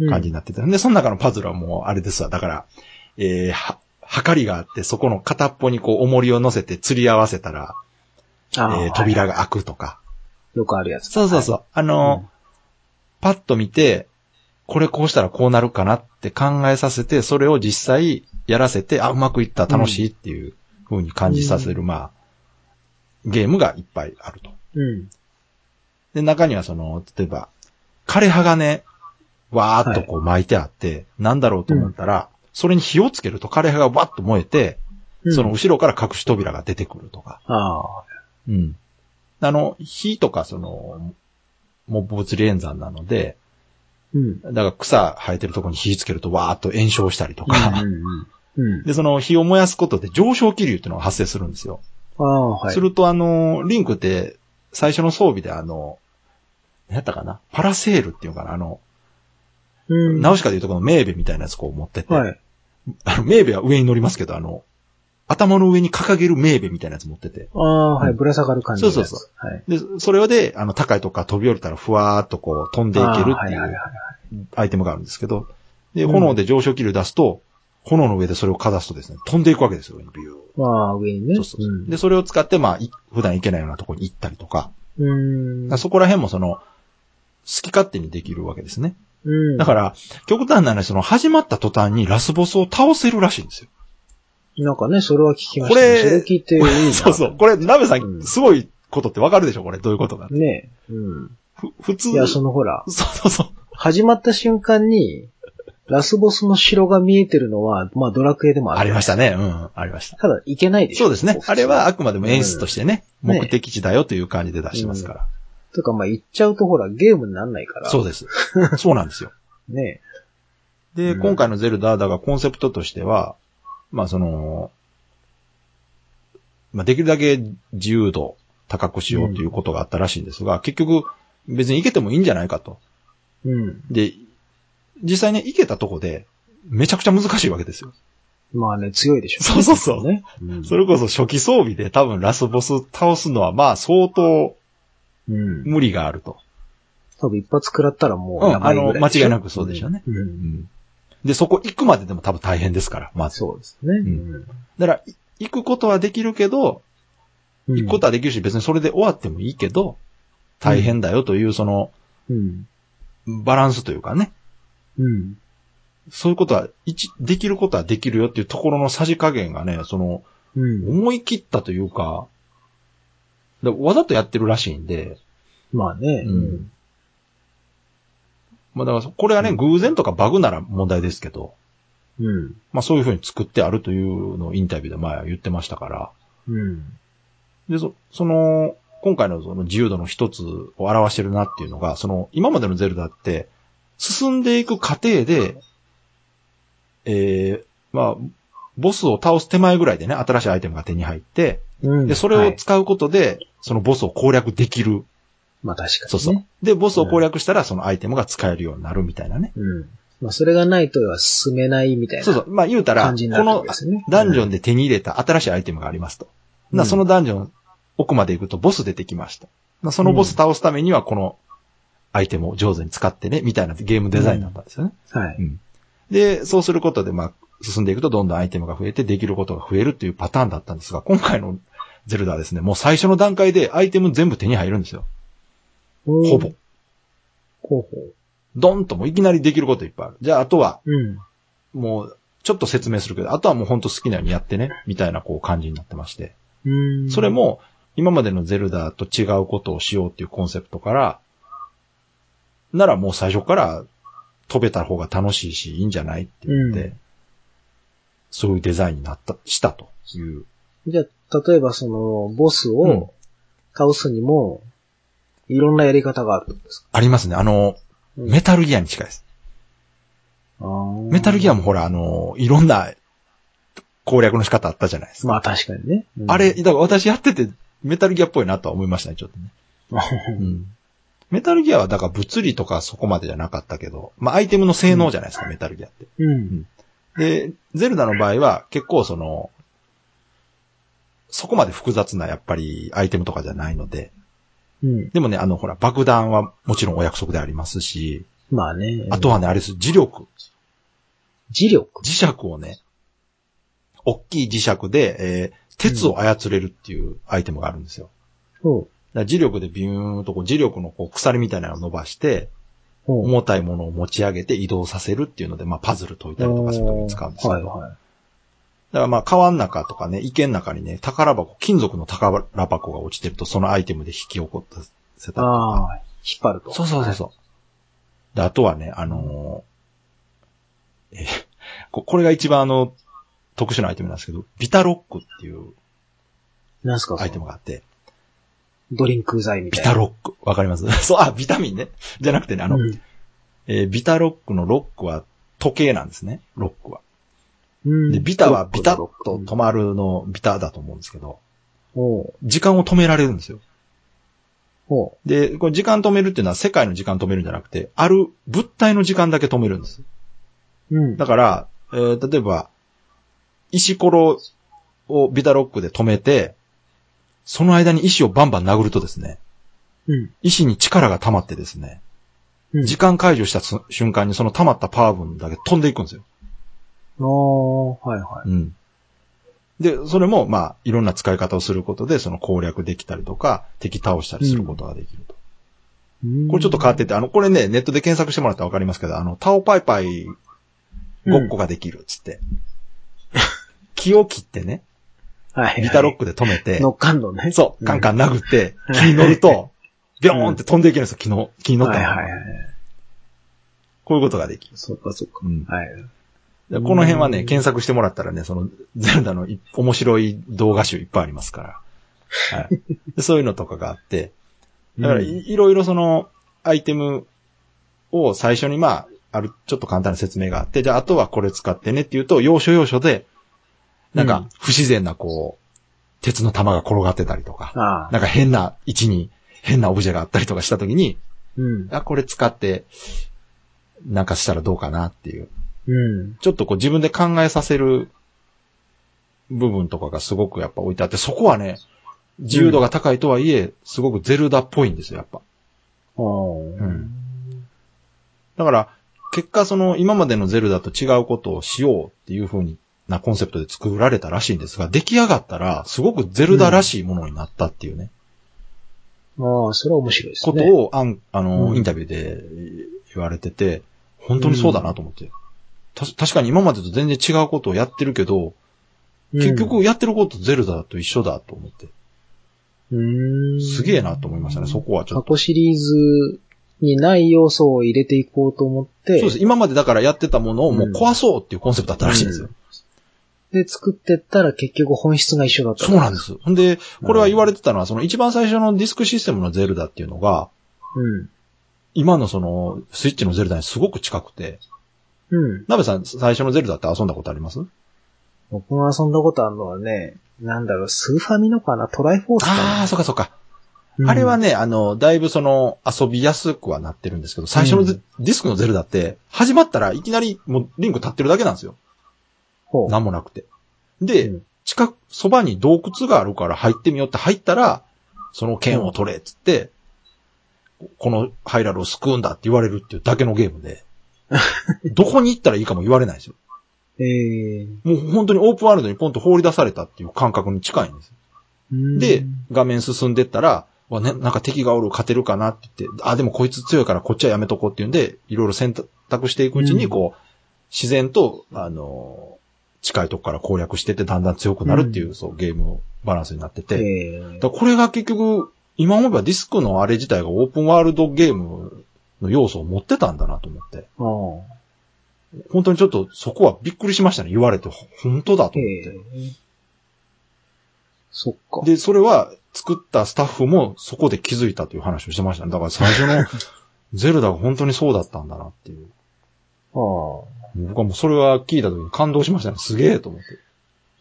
A: 感じになってた。で、その中のパズルはもう、あれですわ。だから、えー、は、はかりがあって、そこの片っぽにこう、重りを乗せて釣り合わせたら、え
B: ああ
A: ー扉が開くとか。
B: よくあるやつ。
A: そうそうそう。あのー、
B: うん
A: パッと見て、これこうしたらこうなるかなって考えさせて、それを実際やらせて、あ、うまくいった、楽しいっていう風に感じさせる、まあ、ゲームがいっぱいあると。
B: うん。
A: で、中にはその、例えば、枯葉がね、わーっとこう巻いてあって、なんだろうと思ったら、それに火をつけると枯葉がわっと燃えて、
B: うん
A: その、後ろから隠し扉が出てくるとか。
B: ああ。
A: うん。あの、火とかその、もう物理演算なので、
B: うん。
A: だから草生えてるとこに火つけるとわーっと炎症したりとか、
B: うんうんうん。うん。
A: で、その火を燃やすことで上昇気流っていうのが発生するんですよ。
B: ああ、はい
A: す。ると、あの、リンクって、最初の装備であの、何やったかなパラセールっていうのかなあの、
B: うん
A: ナウシカでいうとこのメーベみたいなやつこう持ってて、
B: はい。
A: あのメーベは上に乗りますけど、あの、頭の上に掲げるメーベみたいなやつ持ってて、
B: ああ、は
A: う
B: い。
A: ん
B: ぶら下がる感じのやつ。
A: そうそうそ
B: はい。
A: で、それで、あの、高いとこから飛び降りたらふわーっとこう飛んでいける
B: ああ
A: っ
B: は
A: てい
B: は
A: う
B: は
A: アイテムがあるんですけど、で、
B: うん
A: 炎で上昇気流出すと、炎の上でそれをかざすとですね、飛んでいくわけですよ、ビュー。
B: まあ、上にね。
A: そうそうそう
B: うん
A: で、それを使って、まあ、い普段行けないようなところに行ったりとか、
B: うん。
A: そこら辺もその、好き勝手にできるわけですね。
B: うん。
A: だから、極端な話、その始まった途端にラスボスを倒せるらしいんですよ。
B: なんかね、それは聞きました、ね。
A: これ
B: それ聞いていい
A: <laughs>
B: な
A: そうそう。。これ、ナベさ
B: うん
A: ん、すごいことってわかるでしょこれ、どういうことか。
B: ねうん。
A: ふ普通。
B: いや、そのほら、
A: そうそうそう。
B: 始まった瞬間に、ラスボスの城が見えてるのは、まあドラクエでもある。
A: ありましたね。うん、ありました。
B: ただ、いけないでしょ
A: そうですね。あれは、あくまでも演出としてね、
B: うんね
A: 目的地だよという感じで出してますから。
B: とか、まあ行っちゃうとほら、ゲームになんないから。
A: そうです。そうなんです
B: <laughs>
A: よ。
B: ね
A: で、
B: うん
A: 今回のゼルダだがコンセプトとしては、まあその、まあできるだけ自由度高くしようということがあったらしいんですが、結局別に行けてもいいんじゃないかと。
B: うん。
A: で、実際ね、行けたとこで、めちゃくちゃ難しいわけですよ。
B: まあね、強いでしょ。
A: そうそうそう
B: ね。うん。
A: それこそ初期装備で多分ラスボス倒すのはまあ相当
B: うん。
A: 無理があると。
B: 多分一発食らったらも
A: う
B: うんやばいぐらいでしょ、
A: あの間違いなくそうでしょうね
B: うん。う。
A: うんんで、そこ行くまででも多分大変ですから、まず。
B: そうですね。
A: んだから、い行くことはできるけど、
B: うん。
A: 行くことはできるし、別にそれで終わってもいいけど、大変だよという、その、
B: うん。
A: バランスというかね、
B: うん。
A: そういうことは、一、できることはできるよっていうところのさじ加減がね、その、
B: うん。
A: 思い切ったというか、でわざとやってるらしいんで、
B: まあね。
A: うんまあだから、これはね、偶然とかバグなら問題ですけど、
B: うん。うん。
A: まあそういうふうに作ってあるというのをインタビューで前は言ってましたから、
B: うん。
A: で、そその、今回のその自由度の一つを表してるなっていうのが、その、今までのゼルダって、進んでいく過程で、えー、まあ、ボスを倒す手前ぐらいでね、新しいアイテムが手に入って、
B: うん。
A: で、それを
B: はい
A: 使うことで、そのボスを攻略できる。
B: まあ確かに、ね。
A: そうそう。で、ボスを攻略したら、そのアイテムが使えるようになるみたいなね。
B: うん。まあ、それがないとは進めないみたいな
A: そうそう。まあ、言うたら、こ
B: 感じになるわ
A: の
B: けですよね。
A: ダンジョンで手に入れた新しいアイテムがありますと。
B: うん
A: な、そのダンジョン奥まで行くとボス出てきました。な、そのボス倒すためにはこのアイテムを上手に使ってね、みたいなゲームデザインだったんですよね。
B: うんはい。
A: で、そうすることで、まあ、進んでいくとどんどんアイテムが増えてできることが増えるっていうパターンだったんですが、今回のゼルダはですね、もう最初の段階でアイテム全部手に入るんですよ。ほ
B: ほ
A: ぼ。。
B: 候補。
A: ドンともういきなりできることいっぱいある。じゃあ、あとは、
B: うん。
A: もう、ちょっと説明するけど、あとはもうほんと好きなようにやってね、みたいなこう感じになってまして。
B: うん。
A: それ、も、今までのゼルダと違うことをしようっていうコンセプトから、ならもう最初から飛べた方が楽しいし、いいんじゃないって言って、
B: う
A: そういうデザインになった、したという。
B: じゃあ、例えばその、ボス
A: うん
B: を倒すにも、いろんなやり方があるんですか、
A: ありますね。あの、
B: うん
A: メタルギアに近いです。メタルギ
B: ア
A: アもほら、あの、いろんな攻略の仕方あったじゃないですか。
B: まあ確かにね。うん
A: あれ、、だ
B: <laughs>
A: から私やってて、メタルギアっぽいなとは思いましたね、ちょっとね。うんメタルギアはだから物理とかそこまでじゃなかったけど、まあアイテムの性能じゃないですか、メタルギアって。
B: うん。
A: で、ゼルダの場合は結構その、そこまで複雑なやっぱりアイテムとかじゃないので、
B: うん。
A: でもね、あのほら爆弾はもちろんお約束でありますし、
B: まあね。
A: あとはね、あれです、磁力、
B: 磁力。
A: 磁石をね、大きい磁石で、えー鉄を操れるっていうアイテムがあるんですよ。
B: ほう。
A: だから磁力でビューンとこう磁力のこう鎖みたいなのを伸ばして、
B: ほう。
A: 重たいものを持ち上げて移動させるっていうので、まあパズル解いたりとかするときに使うんですけど、
B: はいは
A: だからまあ川の中とかね、池の中にね、宝箱、金属の宝箱が落ちてると、そのアイテムで引き起こさせたりとか。
B: い。ああ、引っ張ると。
A: そうそうそうそう。で、あとはね、あのーえここれが一番あの、特殊なアイテムなんですけど、ビタロックっていう
B: なんすか
A: ア
B: そ
A: イテム
B: の
A: があって、
B: ドリンク剤み
A: ビ
B: たいな。
A: タロック、わかります <laughs> そう、あ、ビタミンね。じゃなくてね、あの、
B: うん
A: えービタロックのロックは時計なんですね、ロックは。
B: うん
A: で、ビタはビタッ
B: ロ
A: と
B: ックのロック
A: 止まるのビタだと思うんですけど、
B: ほう。
A: 時間を止められるんですよ。
B: ほ
A: で、これ時間止めるっていうのは世界の時間止めるんじゃなくて、ある物体の時間だけ止めるんです。
B: う。うん。
A: だから、えー例えば、石ころをビタロックで止めて、その間に石をバンバン殴るとですね、
B: うん。
A: 石に力が溜まってですね、
B: うん
A: 時間解除したそ瞬間にその溜まったパワー分だけ飛んでいくんですよ。
B: ああ、はいはい。
A: うん。で、それも、まあ、いろんな使い方をすることで、その攻略できたりとか、敵倒したりすることができると。これちょっと変わってて、あの、これね、ネットで検索してもらったらわかりますけど、あの、タオパイパイごっこができるっつって。 <laughs> 木を切ってね、
B: はいはい。
A: ギターロックで止めて、
B: 乗っかんのね。
A: そう、カンカン殴って、木に乗ると、ビョーンって飛んでいけるんですよ、木の、木に乗った
B: はい
A: ら。
B: はいはい。
A: こういうことができる。
B: そっかそっか。
A: うん
B: はい。
A: でこの辺はね、
B: うん
A: 検索してもらったらね、その、ゼルダのい面白い動画集いっぱいありますから。はい。でそういうのとかがあって、だからい,、
B: うん
A: いろいろその、アイテムを最初にまあ、ある、ちょっと簡単な説明があって、じゃああとはこれ使ってねっていうと、要所要所で、なん
B: うん
A: か、不自然なこう、鉄の玉が転がってたりとか、
B: ああ。
A: なんか変な位置に、変なオブジェがあったりとかしたときに、
B: うん。
A: あ、これ使って、なんかしたらどうかなっていう。
B: うん。
A: ちょっとこう自分で考えさせる部分とかがすごくやっぱ置いてあって、そこはね、自由度が高いとはいえ、すごくゼルダっぽいんですよ、やっぱ。
B: ああ。
A: んだから、結果その今までのゼルダと違うことをしようっていう風なコンセプトで作られたらしいんですが、出来上がったら、すごくゼルダらしいものになったっていうね、
B: ああ、それは面白いです
A: こ
B: ね。
A: とを、あん、あの、
B: うん
A: インタビューで言われてて、本当にそうだなと思って。た確かに今までと全然違うことをやってるけど、結局やってることゼルダと一緒だと思って。
B: うん、
A: すげえなと思いましたね、そこはちょ
B: 過
A: っと。
B: 去シリーズにない要素を入れていこうと思って、
A: そうです。今までだからやってたものをもう壊そうっていうコンセプトだったらしいんですよ。
B: で、作ってったら結局本質が一緒だった。
A: そうなんで。す。ほんで、これは言われてたのは、その一番最初のディスクシステムのゼルダっていうのが、
B: うん。
A: 今のその、スイッチのゼルダにすごく近くて、
B: うん。
A: ナベさん、最初のゼルダって遊んだことあります
B: 僕が遊んだことあるのはね、なんだろう、スーファミのかなトライフォースか
A: あ
B: な
A: あ、そっかそっか。
B: うん
A: あれはね、あの、だいぶその、遊びやすくはなってるんですけど、最初のゼディスクのゼルダって、始まったらいきなりもうリンク立ってるだけなんですよ。
B: ほう
A: なんもなくて。で、
B: うん
A: 近く、そばに洞窟があるから入ってみようって入ったら、その剣を取れっつって、このハイラルを救うんだって言われるっていうだけのゲーム
B: <laughs>
A: で、どこに行ったらいいかも言われないんですよ。
B: ええ
A: もう本当にオープンワールドにポンと放り出されたっていう感覚に近いんです。
B: うん
A: で、画面進んでったら、わね、なんか敵がおる勝てるかなって言って、あ、でもこいつ強いからこっちはやめとこうっていうんで、いろいろ選択していくうち
B: う
A: に、
B: ん
A: こう、自然と、あのー近いとこから攻略してってだんだん強くなるっていう、そう、ゲームバランスになってて。
B: ええ
A: だからこれが結局、今思えばディスクのあれ自体がオープンワールドゲームの要素を持ってたんだなと思って。
B: ああ
A: 本当にちょっとそこはびっくりしましたね。言われて、ほ本当だと
B: え
A: 思って。
B: えそっか。
A: で、それは作ったスタッフもそこで気づいたという話をしてましたね。だから最初
B: <laughs>
A: のゼルダが本当にそうだったんだなっていう。
B: ああ。
A: 僕はもうそれは聞いた時に感動しましたね。すげえと思って。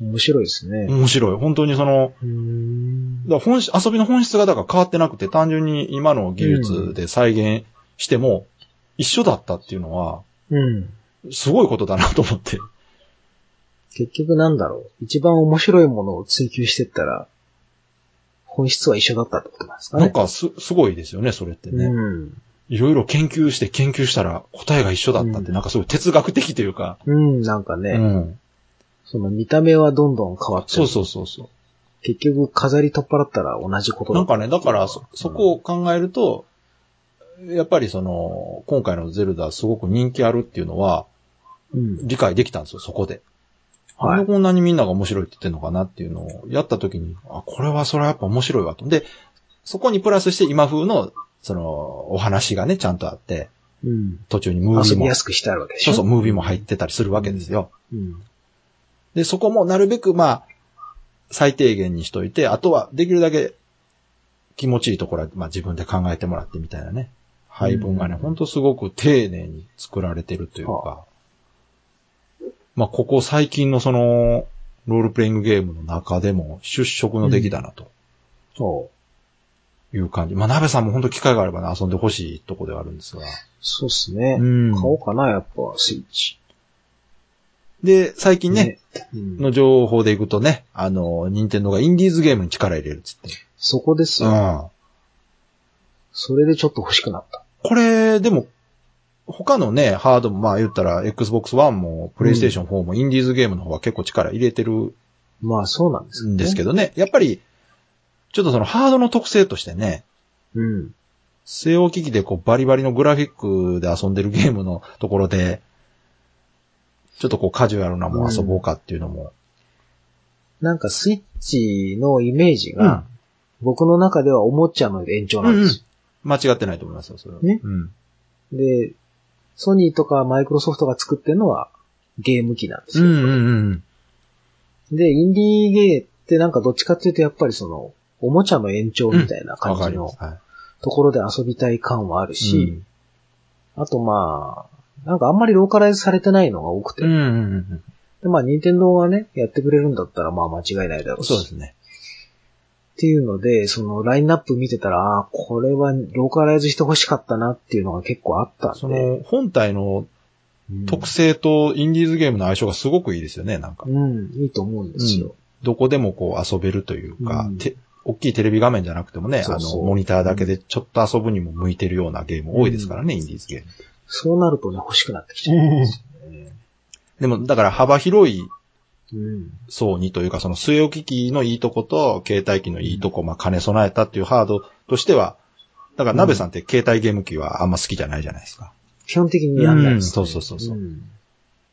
B: 面白いですね。
A: 面白い。本当にその、
B: うん
A: だから本質遊びの本質がだから変わってなくて、単純に今の技術で再現しても一緒だったっていうのは、
B: うん。
A: すごいことだなと思って。
B: 結局なんだろう。一番面白いものを追求してったら、本質は一緒だったってことなんですかね。
A: なんかす、すごいですよね、それってね。
B: うん。
A: いろいろ研究して研究したら答えが一緒だったって、
B: うん
A: なんかすごい哲学的というか。
B: うん、なんかね、
A: うん。
B: その見た目はどんどん変わって
A: そう
B: る。
A: そうそうそう。
B: 結局飾り取っ払ったら同じことだ
A: なんかね、だからそ、そこを考えると、やっぱりその、今回のゼルダすごく人気あるっていうのは
B: うん。
A: 理解できたんですよ、そこで。
B: は
A: ないんで。こんなにみんなが面白いって言ってんのかなっていうのをやった時に、あ、これはそれはやっぱ面白いわと。で、そこにプラスして今風の、その、お話がね、ちゃんとあって、
B: うん。
A: 途中にムービ
B: 遊
A: ー
B: び
A: も
B: や、すくしてあるわけでし
A: そ
B: ょ。
A: うそう、ムービーも入ってたりするわけですよ。
B: うん。
A: で、そこもなるべく、まあ、最低限にしといて、あとはできるだけ気持ちいいところは、まあ自分で考えてもらってみたいなね。配分がね、
B: うん
A: ほんとすごく丁寧に作られてるというか、まあここ最近のその、ロールプレイングゲームの中でも出色の出来だなと
B: そう。
A: いう感じ。まあ鍋さんも本当機会があればね、遊んでほしいとこではあるんですが。
B: そうっすね。
A: うん
B: 買おうかな、やっぱ、スイッチ。
A: で、最近ね、。
B: うん、
A: の情報でいくとね、あの、任天堂がインディーズゲームに力入れるっつって。
B: そこです
A: う
B: よ、
A: ん。
B: それでちょっと欲しくなった。
A: これ、でも、他のね、ハードも、まあ言ったら、Xbox One も、PlayStation 4も、インディーズゲームの方は結構力入れてる
B: まあ、そうなんです
A: んですけ
B: ど。
A: どね。やっぱり、ちょっとそのハードの特性としてね、
B: うん。
A: 西洋機器でこうバリバリのグラフィックで遊んでるゲームのところで、ちょっとこうカジュアルなもん遊ぼうかっていうのも。
B: なんかスイッチのイメージ
A: うん。
B: が、僕の中ではおもちゃの延長なんですよ。
A: 間違ってないと思いますよ、それは。
B: ね
A: うん。
B: で、ソニーとかマイクロソフトが作ってるのはゲーム機なんです
A: う
B: よ。
A: んうんうん。
B: で、インディーゲーってなんかどっちかっていうとやっぱりその、おもちゃの延長みたいな感
A: わか
B: じ
A: りま
B: の
A: す。は
B: ところで遊びたい感はある
A: い。
B: し、あとまあ、なんかあんまりローカライズされてないのが多くて。
A: うんうんうん
B: でまあ、任天堂がね、やってくれるんだったらまあ間違いないだろ
A: うん。
B: うし。
A: そうですね。
B: っていうので、そのラインナップ見てたら、ああ、これはローカライズしてほしかったなっていうのが結構あったんで。
A: その、本体の
B: うん
A: 特性とインディーズゲームの相性がすごくいいですよね、なんか。
B: うん、いいと思うんですよ。
A: どこでもこう遊べるというか、
B: うん
A: て大きいテレビ画面じゃなくてもね、
B: そうそ
A: あ
B: う
A: の、モニターだけでちょっと遊ぶにも向いてるようなゲーム多いですからね、インディーズゲーム。
B: そうなるとね、欲しくなってきちゃうんですよね。
A: でも、だから幅広い
B: うん。
A: 層にというか、その据え置き機のいいとこと、携帯機のいいとこ、まあ、兼ね備えたっていうハードとしては、だから、鍋さんって携帯ゲーム機はあんま好きじゃないじゃないですか。
B: 基本的にやんないです、ね
A: うんそうそうそうそう
B: うん。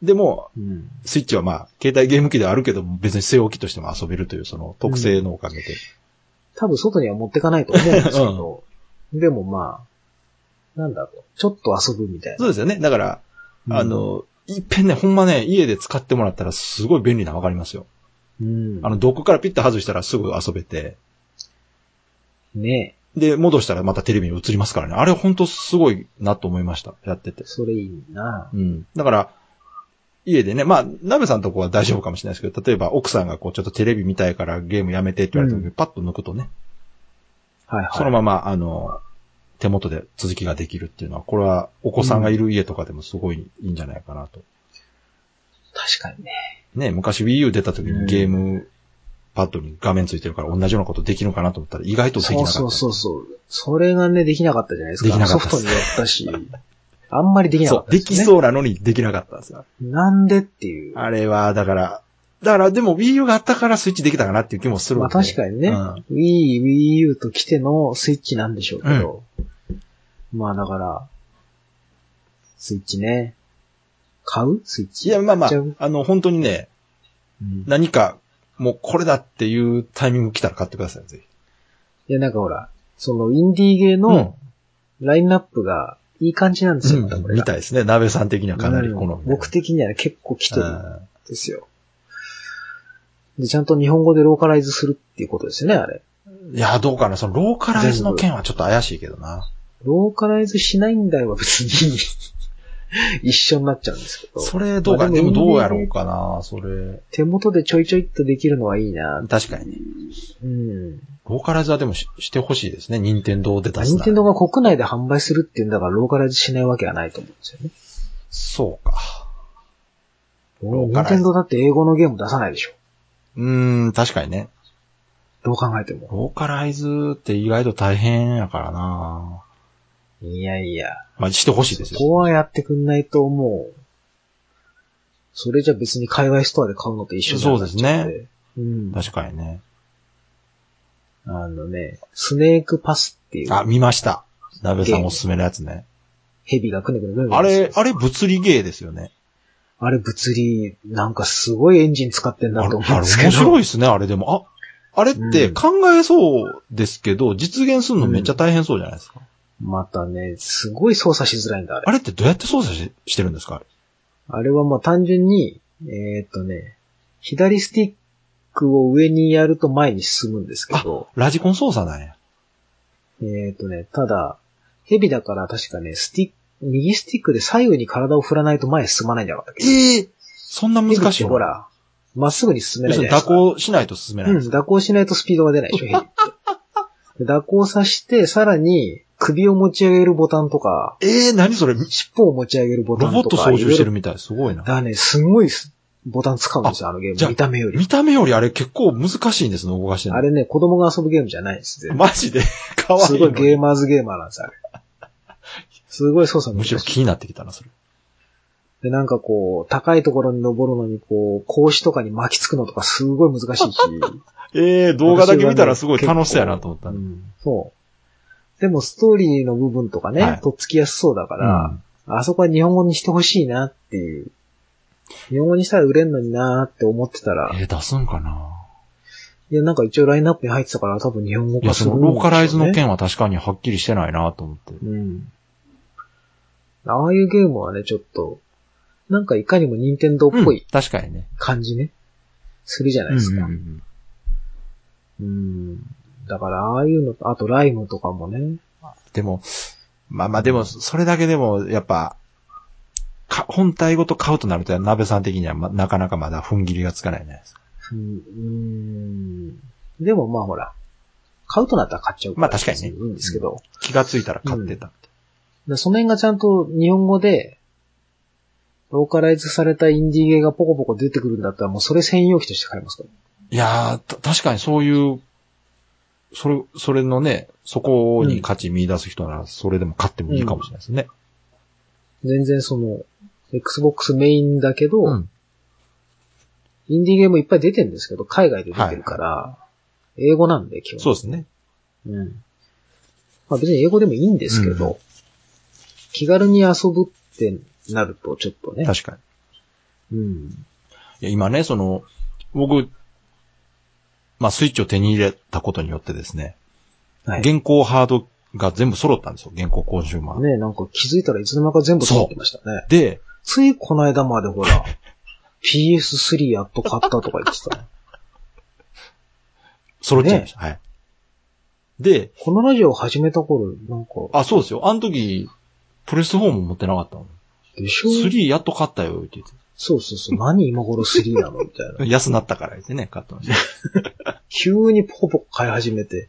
A: でも、
B: うん
A: スイッチはまあ、携帯ゲーム機ではあるけども、別に据え置きとしても遊べるという、その特性のおかげで。
B: 多分外には持ってかないと思うんですけ
A: <laughs>
B: ど、でもまあ、なんだろう、ちょっと遊ぶみたいな。
A: そうですよね。だから、
B: うん
A: あ、の、いっぺんね、ほんまね、家で使ってもらったらすごい便利なのわかりますよ。
B: うん、
A: あの、ドックからピッと外したらすぐ遊べて、
B: ね
A: で、戻したらまたテレビに映りますからね。あれほんとすごいなと思いました。やってて。
B: それいいな
A: うん。だから、家でね、まあ、鍋さんとこは大丈夫かもしれないですけど、例えば奥さんがこう、ちょっとテレビ見たいからゲームやめてって言われた時、
B: う
A: パッと抜くとね、
B: はいはい。
A: そのまま、あの、手元で続きができるっていうのは、これはお子さんがいる家とかでもすごいいいんじゃないかなと。
B: 確かにね。
A: ね、昔 Wii U 出た時
B: うん
A: にゲームパッドに画面ついてるから同じようなことできるのかなと思ったら意外とできなかっ
B: そう
A: た。
B: そうそうそう。それがね、できなかったじゃないですか。
A: できなかった
B: ソフトにやったし、あんまりできなか
A: そ
B: っ
A: う、
B: た
A: で
B: です、
A: き
B: ね。
A: そうなのにできなかったんですよ。
B: なんでっていう。
A: あれは、だから、だからでも Wii U があったからスイッチできたかなっていう気もするん
B: まあ
A: で。
B: 確かにね、
A: う
B: Wii、Wii U と来てのスイッチなんでしょうけど、まあだから、スイッチね。買うスイッチ。
A: いや、まあまあ
B: 買っちゃう、
A: あの、本当にね、
B: うん
A: 何か、もうこれだっていうタイミング来たら買ってください、ぜひ。
B: いや、なんかほら、そのインディーゲーのラインナップがいい感じなんですよ、多分
A: う
B: こ
A: ん、
B: れ
A: み
B: が
A: たいですね。鍋さん的にはかなり好み
B: う
A: だ
B: ん
A: ね。
B: 僕的には結構来てる
A: うん
B: んですよ。で、ちゃんと日本語でローカライズするっていうことですよね、あれ。
A: いや、どうかな。その、ローカライズの件はちょっと怪しいけどな。
B: ローカライズしないんだよ、別に。 <laughs> 一緒になっちゃうんですけど。
A: それ、どうかな。
B: まあ
A: で
B: でも
A: も、どうやろうかな、それ。
B: 手元でちょいちょいっとできるのはいいな。
A: 確かにね。
B: うん。
A: ローカライズはでもししてほしいですね。任天堂で出す
B: 任
A: な
B: 天
A: ら。
B: 堂が国内で販売するっていうんだから、ローカライズしないわけはないと思うんですよね。
A: そうか。ローカラ
B: 任
A: イズ
B: 天堂だって英語のゲーム出さないでしょ。
A: うーん、確かにね。
B: どう考えても。
A: ローカライズって意外と大変やからない
B: やいや。
A: まあ、してほしいです
B: そ
A: よ。
B: こはやってくんないと思う。それじゃ別に海外ストアで買うのと一緒じゃん
A: そうですね。
B: うん。
A: 確かにね。
B: あのね、スネークパスっていう
A: あ、見ました。鍋さんおすすめのやつね。
B: 蛇がくねくねくねくね
A: あれ、あれ物理芸ですよね。
B: あれ物理、なんかすごいエンジン使ってん
A: あ
B: だ
A: れ、
B: と思うん
A: あ
B: で
A: れ
B: すけど。
A: 面白いですね、あれでも。あ、あれって
B: うん
A: 考えそうですけど、実現するのめっちゃ大変そうじゃないですか。
B: またね、すごい操作しづらいんだ、あれ。
A: あれってどうやって操作ししてるんですかあれ
B: あれはまあ単純に、えーっとね、左スティックを上にやると前に進むんですけど、
A: ラジコン操作なんや。
B: えーっとね、ただ、蛇だから確かね、スティック、右スティックで左右に体を振らないと前に進まないんじゃなかったっけ
A: ええそんな難
B: 蛇っ
A: してい
B: ほ
A: の
B: ら、まっすぐに進
A: 要
B: めない
A: す
B: じ
A: る
B: ゃ
A: に蛇
B: ないですか。
A: 行しないと進めないん
B: う
A: で
B: ん、
A: すか。
B: 蛇行しないとスピードが出ないでしょ、蛇って。で蛇行させて、さらに首を持ち上げるボタンとか、
A: ええ何それ
B: 尻尾を持ち上げるボタ
A: ロ
B: ン
A: ボ
B: と
A: ット
B: か。
A: 操縦してる
B: いろいろ
A: みたい。すごいな
B: だ。からね、すんごいボタン使うんですよ、あのゲー
A: じゃ
B: ム。
A: あ
B: 見た目より。
A: 見た目よりあれ結構難しいんですね、動かしてるの
B: あれね、子供が遊ぶゲームじゃないです。全然
A: マジでかわい
B: す
A: い
B: ご
A: の
B: い
A: に。
B: ゲーマーズゲーマーなんです、あれ。すごい操作
A: む
B: 難
A: しろ
B: しい。
A: 気になってきたな、それ。
B: で、なんかこう、高いところに登るのに、こう、格子とかに巻きつくのとかすごい
A: <laughs>
B: 難しいし。
A: ええ動画だけ見たらすごい楽しそうやなと思った
B: う
A: ね。
B: ん、そう。でもストーリーの部分とかね、
A: はい
B: とっつきやすそうだから、あそこは日本語にしてほしいなっていう。日本語にしたら売れんのになーって思ってたら、
A: えー、出すんかない
B: や、なんか一応ラインナップに入ってたから多分日本語
A: いや、
B: 化す
A: そ
B: る
A: の
B: んでしょうね
A: ローカライズの件は確かにはっきりしてないなと思って。
B: うん。ああいうゲームはね、ちょっと、なんかいかにも任天堂っぽ
A: うん
B: い
A: 確かにね。
B: 感じね、するじゃないですか。
A: うんうんうん
B: うん。だから、ああいうのと、あとライムとかもね。
A: でも、まあまあでも、それだけでも、やっぱ、か、本体ごと買うとなると、鍋さん的には、ま、なかなかまだ踏ん切りがつかないね。
B: うん。うんでもまあほら、買うとなったら買っちゃうら
A: まあ確かにね
B: いいんですけど、
A: 気がついたら買ってた。
B: でその辺がちゃんと日本語で、ローカライズされたインディーゲーがポコポコ出てくるんだったら、もうそれ専用機として買いますから。
A: いやー、た確かにそういう、それ、それのね、そこに価値見出す人なら、それでも買ってもいいかもしれないですね。
B: 全然その、Xbox メインだけど、
A: うん
B: インディーゲームいっぱい出てるんですけど、海外で出てるから、英語なんで、基本。
A: そうですね。
B: うん。まあ別に英語でもいいんですけど、
A: う
B: 気軽に遊ぶってなるとちょっとね。
A: 確かに。
B: うん。
A: いや、今ね、その、僕、まあ、スイッチを手に入れたことによってですね、
B: はい。ね
A: 現行ハードが全部揃ったんですよ、現行コンシューマー。
B: なんか気づいたらいつの間にか全部撮ってましたね。
A: で、
B: ついこの間までほ
A: <laughs>
B: ら、PS3 やっと買ったとか言ってたね。
A: 揃っちゃいました。はい。で、
B: このラジオ始めた頃、なんか、
A: あ、そうですよ。あの時、プレス4も持ってなかったの。
B: でしょ
A: 3やっと買ったよ、って言って
B: そうそうそう。何今頃3なのみたいな。
A: <laughs> た。安なったから言ってね、買ったの。
B: 急にポコポコ買い始めて、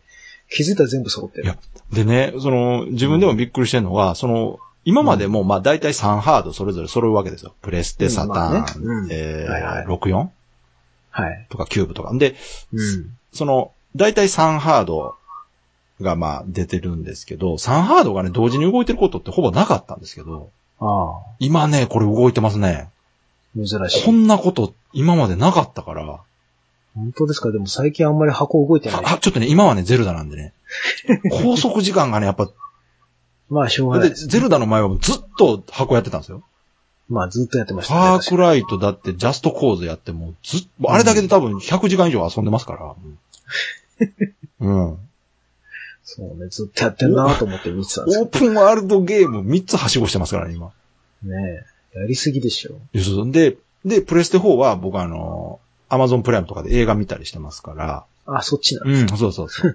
B: 気づいたら全部揃って
A: い
B: る
A: や。でね、その、自分でもびっくりしてるのが、その、今までも、まあ、大体3ハードそれぞれ揃うわけですよ。プレステ、サタ
B: うんまあね
A: ー
B: う
A: ン、
B: ん
A: え
B: はいはい
A: ー、64
B: はい。
A: とかキューブとか。で、
B: うん。
A: その、大体3ハードが、まあ、出てるんですけど、3ハードがね、同時に動いてることってほぼなかったんですけど、
B: ああ、
A: 今ね、これ動いてますね。
B: 珍し
A: こ
B: い。
A: んなこと今までなかったから、
B: 本当ですかでも最近あんまり箱動いてない。
A: あ、ちょっとね、今はね、ゼルダなんで
B: <laughs>
A: ね。拘束時間がね、やっぱ、
B: まあ、しょうがな
A: で、
B: いです。
A: ゼルダの前はもうずっと箱やってたんですよ。
B: まあ、ずっとやってまし
A: フ
B: たね。
A: ァー
B: 確か
A: クライトだって、ジャストコーズやってもうずっと、あれだけで多分100時間以上遊んでますから。 <laughs> うん。うん
B: にそうね、ずっとやってんなと思って見てたんです
A: オープンワールドゲーム3つはしごしてますからね、今。
B: けどね。やりすぎでしょ。
A: でそうそうで、で、プレステ4は僕あの、アマゾンプライムとかで映画見たりしてますから。
B: あ、そっちなの。
A: うん、そうそう <laughs> そ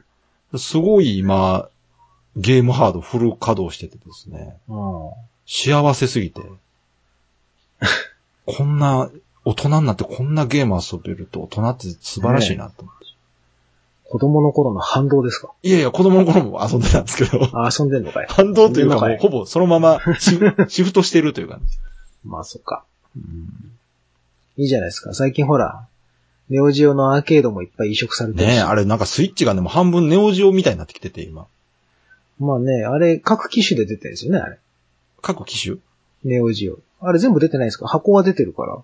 A: う。すごい今、ゲームハードフル稼働しててですね、
B: うん。
A: 幸せすぎ <laughs> て、こんな、大人になってこんなゲーム遊べると大人って素晴らしいなと思って。
B: 子供の頃の反動ですか
A: いやいや、子供の頃も遊んでたんですけ
B: <laughs>
A: ど、
B: あ、遊んでんのかい
A: 反動というか
B: 遊んでんの
A: も
B: か
A: う
B: い
A: ほぼそのままシフ <laughs> シフトしてるというか、ね、
B: まあ、そっか。いいじゃないですか。最近ほら、ネオジオのアーケードもいっぱい移植されてる
A: ねえ、
B: し。
A: あれなんかスイッチがね、もう半分ネオジオみたいになってきてて、今。
B: まあね、あれ、各機種で出てるんですよね、あれ。
A: 各機種
B: ネオジオ。あれ全部出てないんですか箱は出てるから。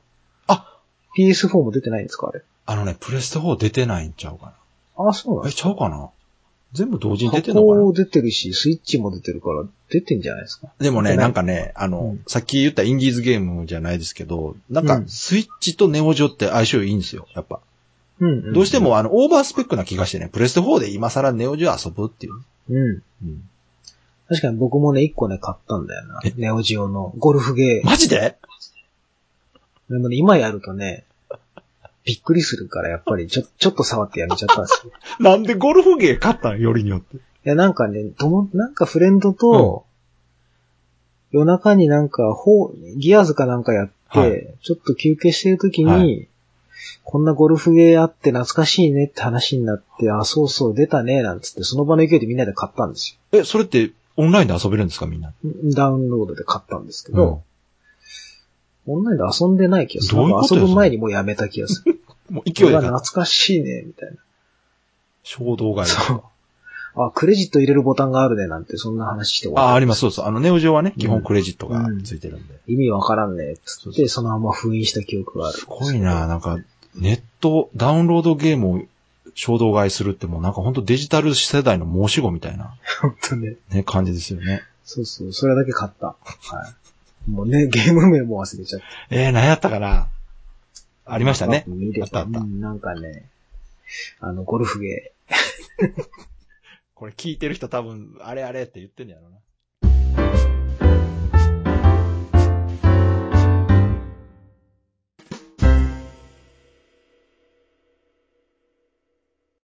A: あ
B: PS4 も出てないんですかあれ。
A: あのね、プレステ4出てないんちゃうか
B: あ、そうな
A: な。
B: んで
A: え、
B: す
A: ちゃうかな全部同時に出てんのかな
B: 箱出てるし、スイッチも出てるから、出てんじゃないですか。
A: でもね、
B: 出てない
A: なんかね、あの、
B: うん
A: さっき言ったインディーズゲームじゃないですけど、なん
B: う
A: か
B: ん、
A: スイッチとネオジオって相性いいんですよ、やっぱ。
B: うん、
A: どうして。も、あの、オーバースペックな気がしてね、プレステ4で今更ネオジオ遊ぶっていう。
B: うん。
A: うん
B: 確かに僕もね、一個ね、買ったんだよな
A: え。
B: ネオジオのゴルフゲ
A: マジで <laughs>
B: ー。でもね、今やるとね、びっくりするから、やっぱり、ちょ、ちょっと触ってやめちゃったんですよ。
A: なんでゴルフゲー買ったんよりによって。
B: いや、なんかね、とも、なんかフレンドと、夜中になんか、ほう、ギアーズかなんかやって、
A: はい
B: ちょっと休憩してるときに、
A: は
B: こんなゴルフゲーあって懐かしいねって話になって、あ、そうそう、出たね、なんつって、その場の勢いでみんなで買ったんです
A: え、それって、オンラインで遊べるんですか、みんな。
B: よ。ダウンロードで買ったんですけど、オンラインで遊んでない気がする。
A: どういうことよ
B: なんか遊ぶ前にもうやめた気がする。
A: うん。もう勢い
B: これ
A: で
B: は
A: 買っ
B: 懐
A: た。
B: かしいね、みたいな。
A: 衝動買い。
B: そう。あ、クレジット入れるボタンがあるね、なんて、そんな話して終わっ
A: あ、
B: た
A: あります、そうそう。あの、ネオジオはね、基本クレジットが
B: うん
A: ついてるんで。
B: 意味わからんね、つ
A: そう
B: っ
A: そう
B: て、そのまま封印した記憶がある。
A: すごいな、なんか、ネット、ダウンロードゲームを衝動買いするってもうなんか本当デジタル世代の申し子みたいな、
B: 本当ね。
A: ね、感じですよね。
B: そうそう、それだけ買った。はい。もうね、ゲーム名も忘れちゃった。
A: えー、何やったかなありましたね
B: パッ。と見れば
A: あったあった
B: うんなんかね、あの、ゴルフゲー。
A: これ聞いてる人多分、あれあれって言ってんやろな。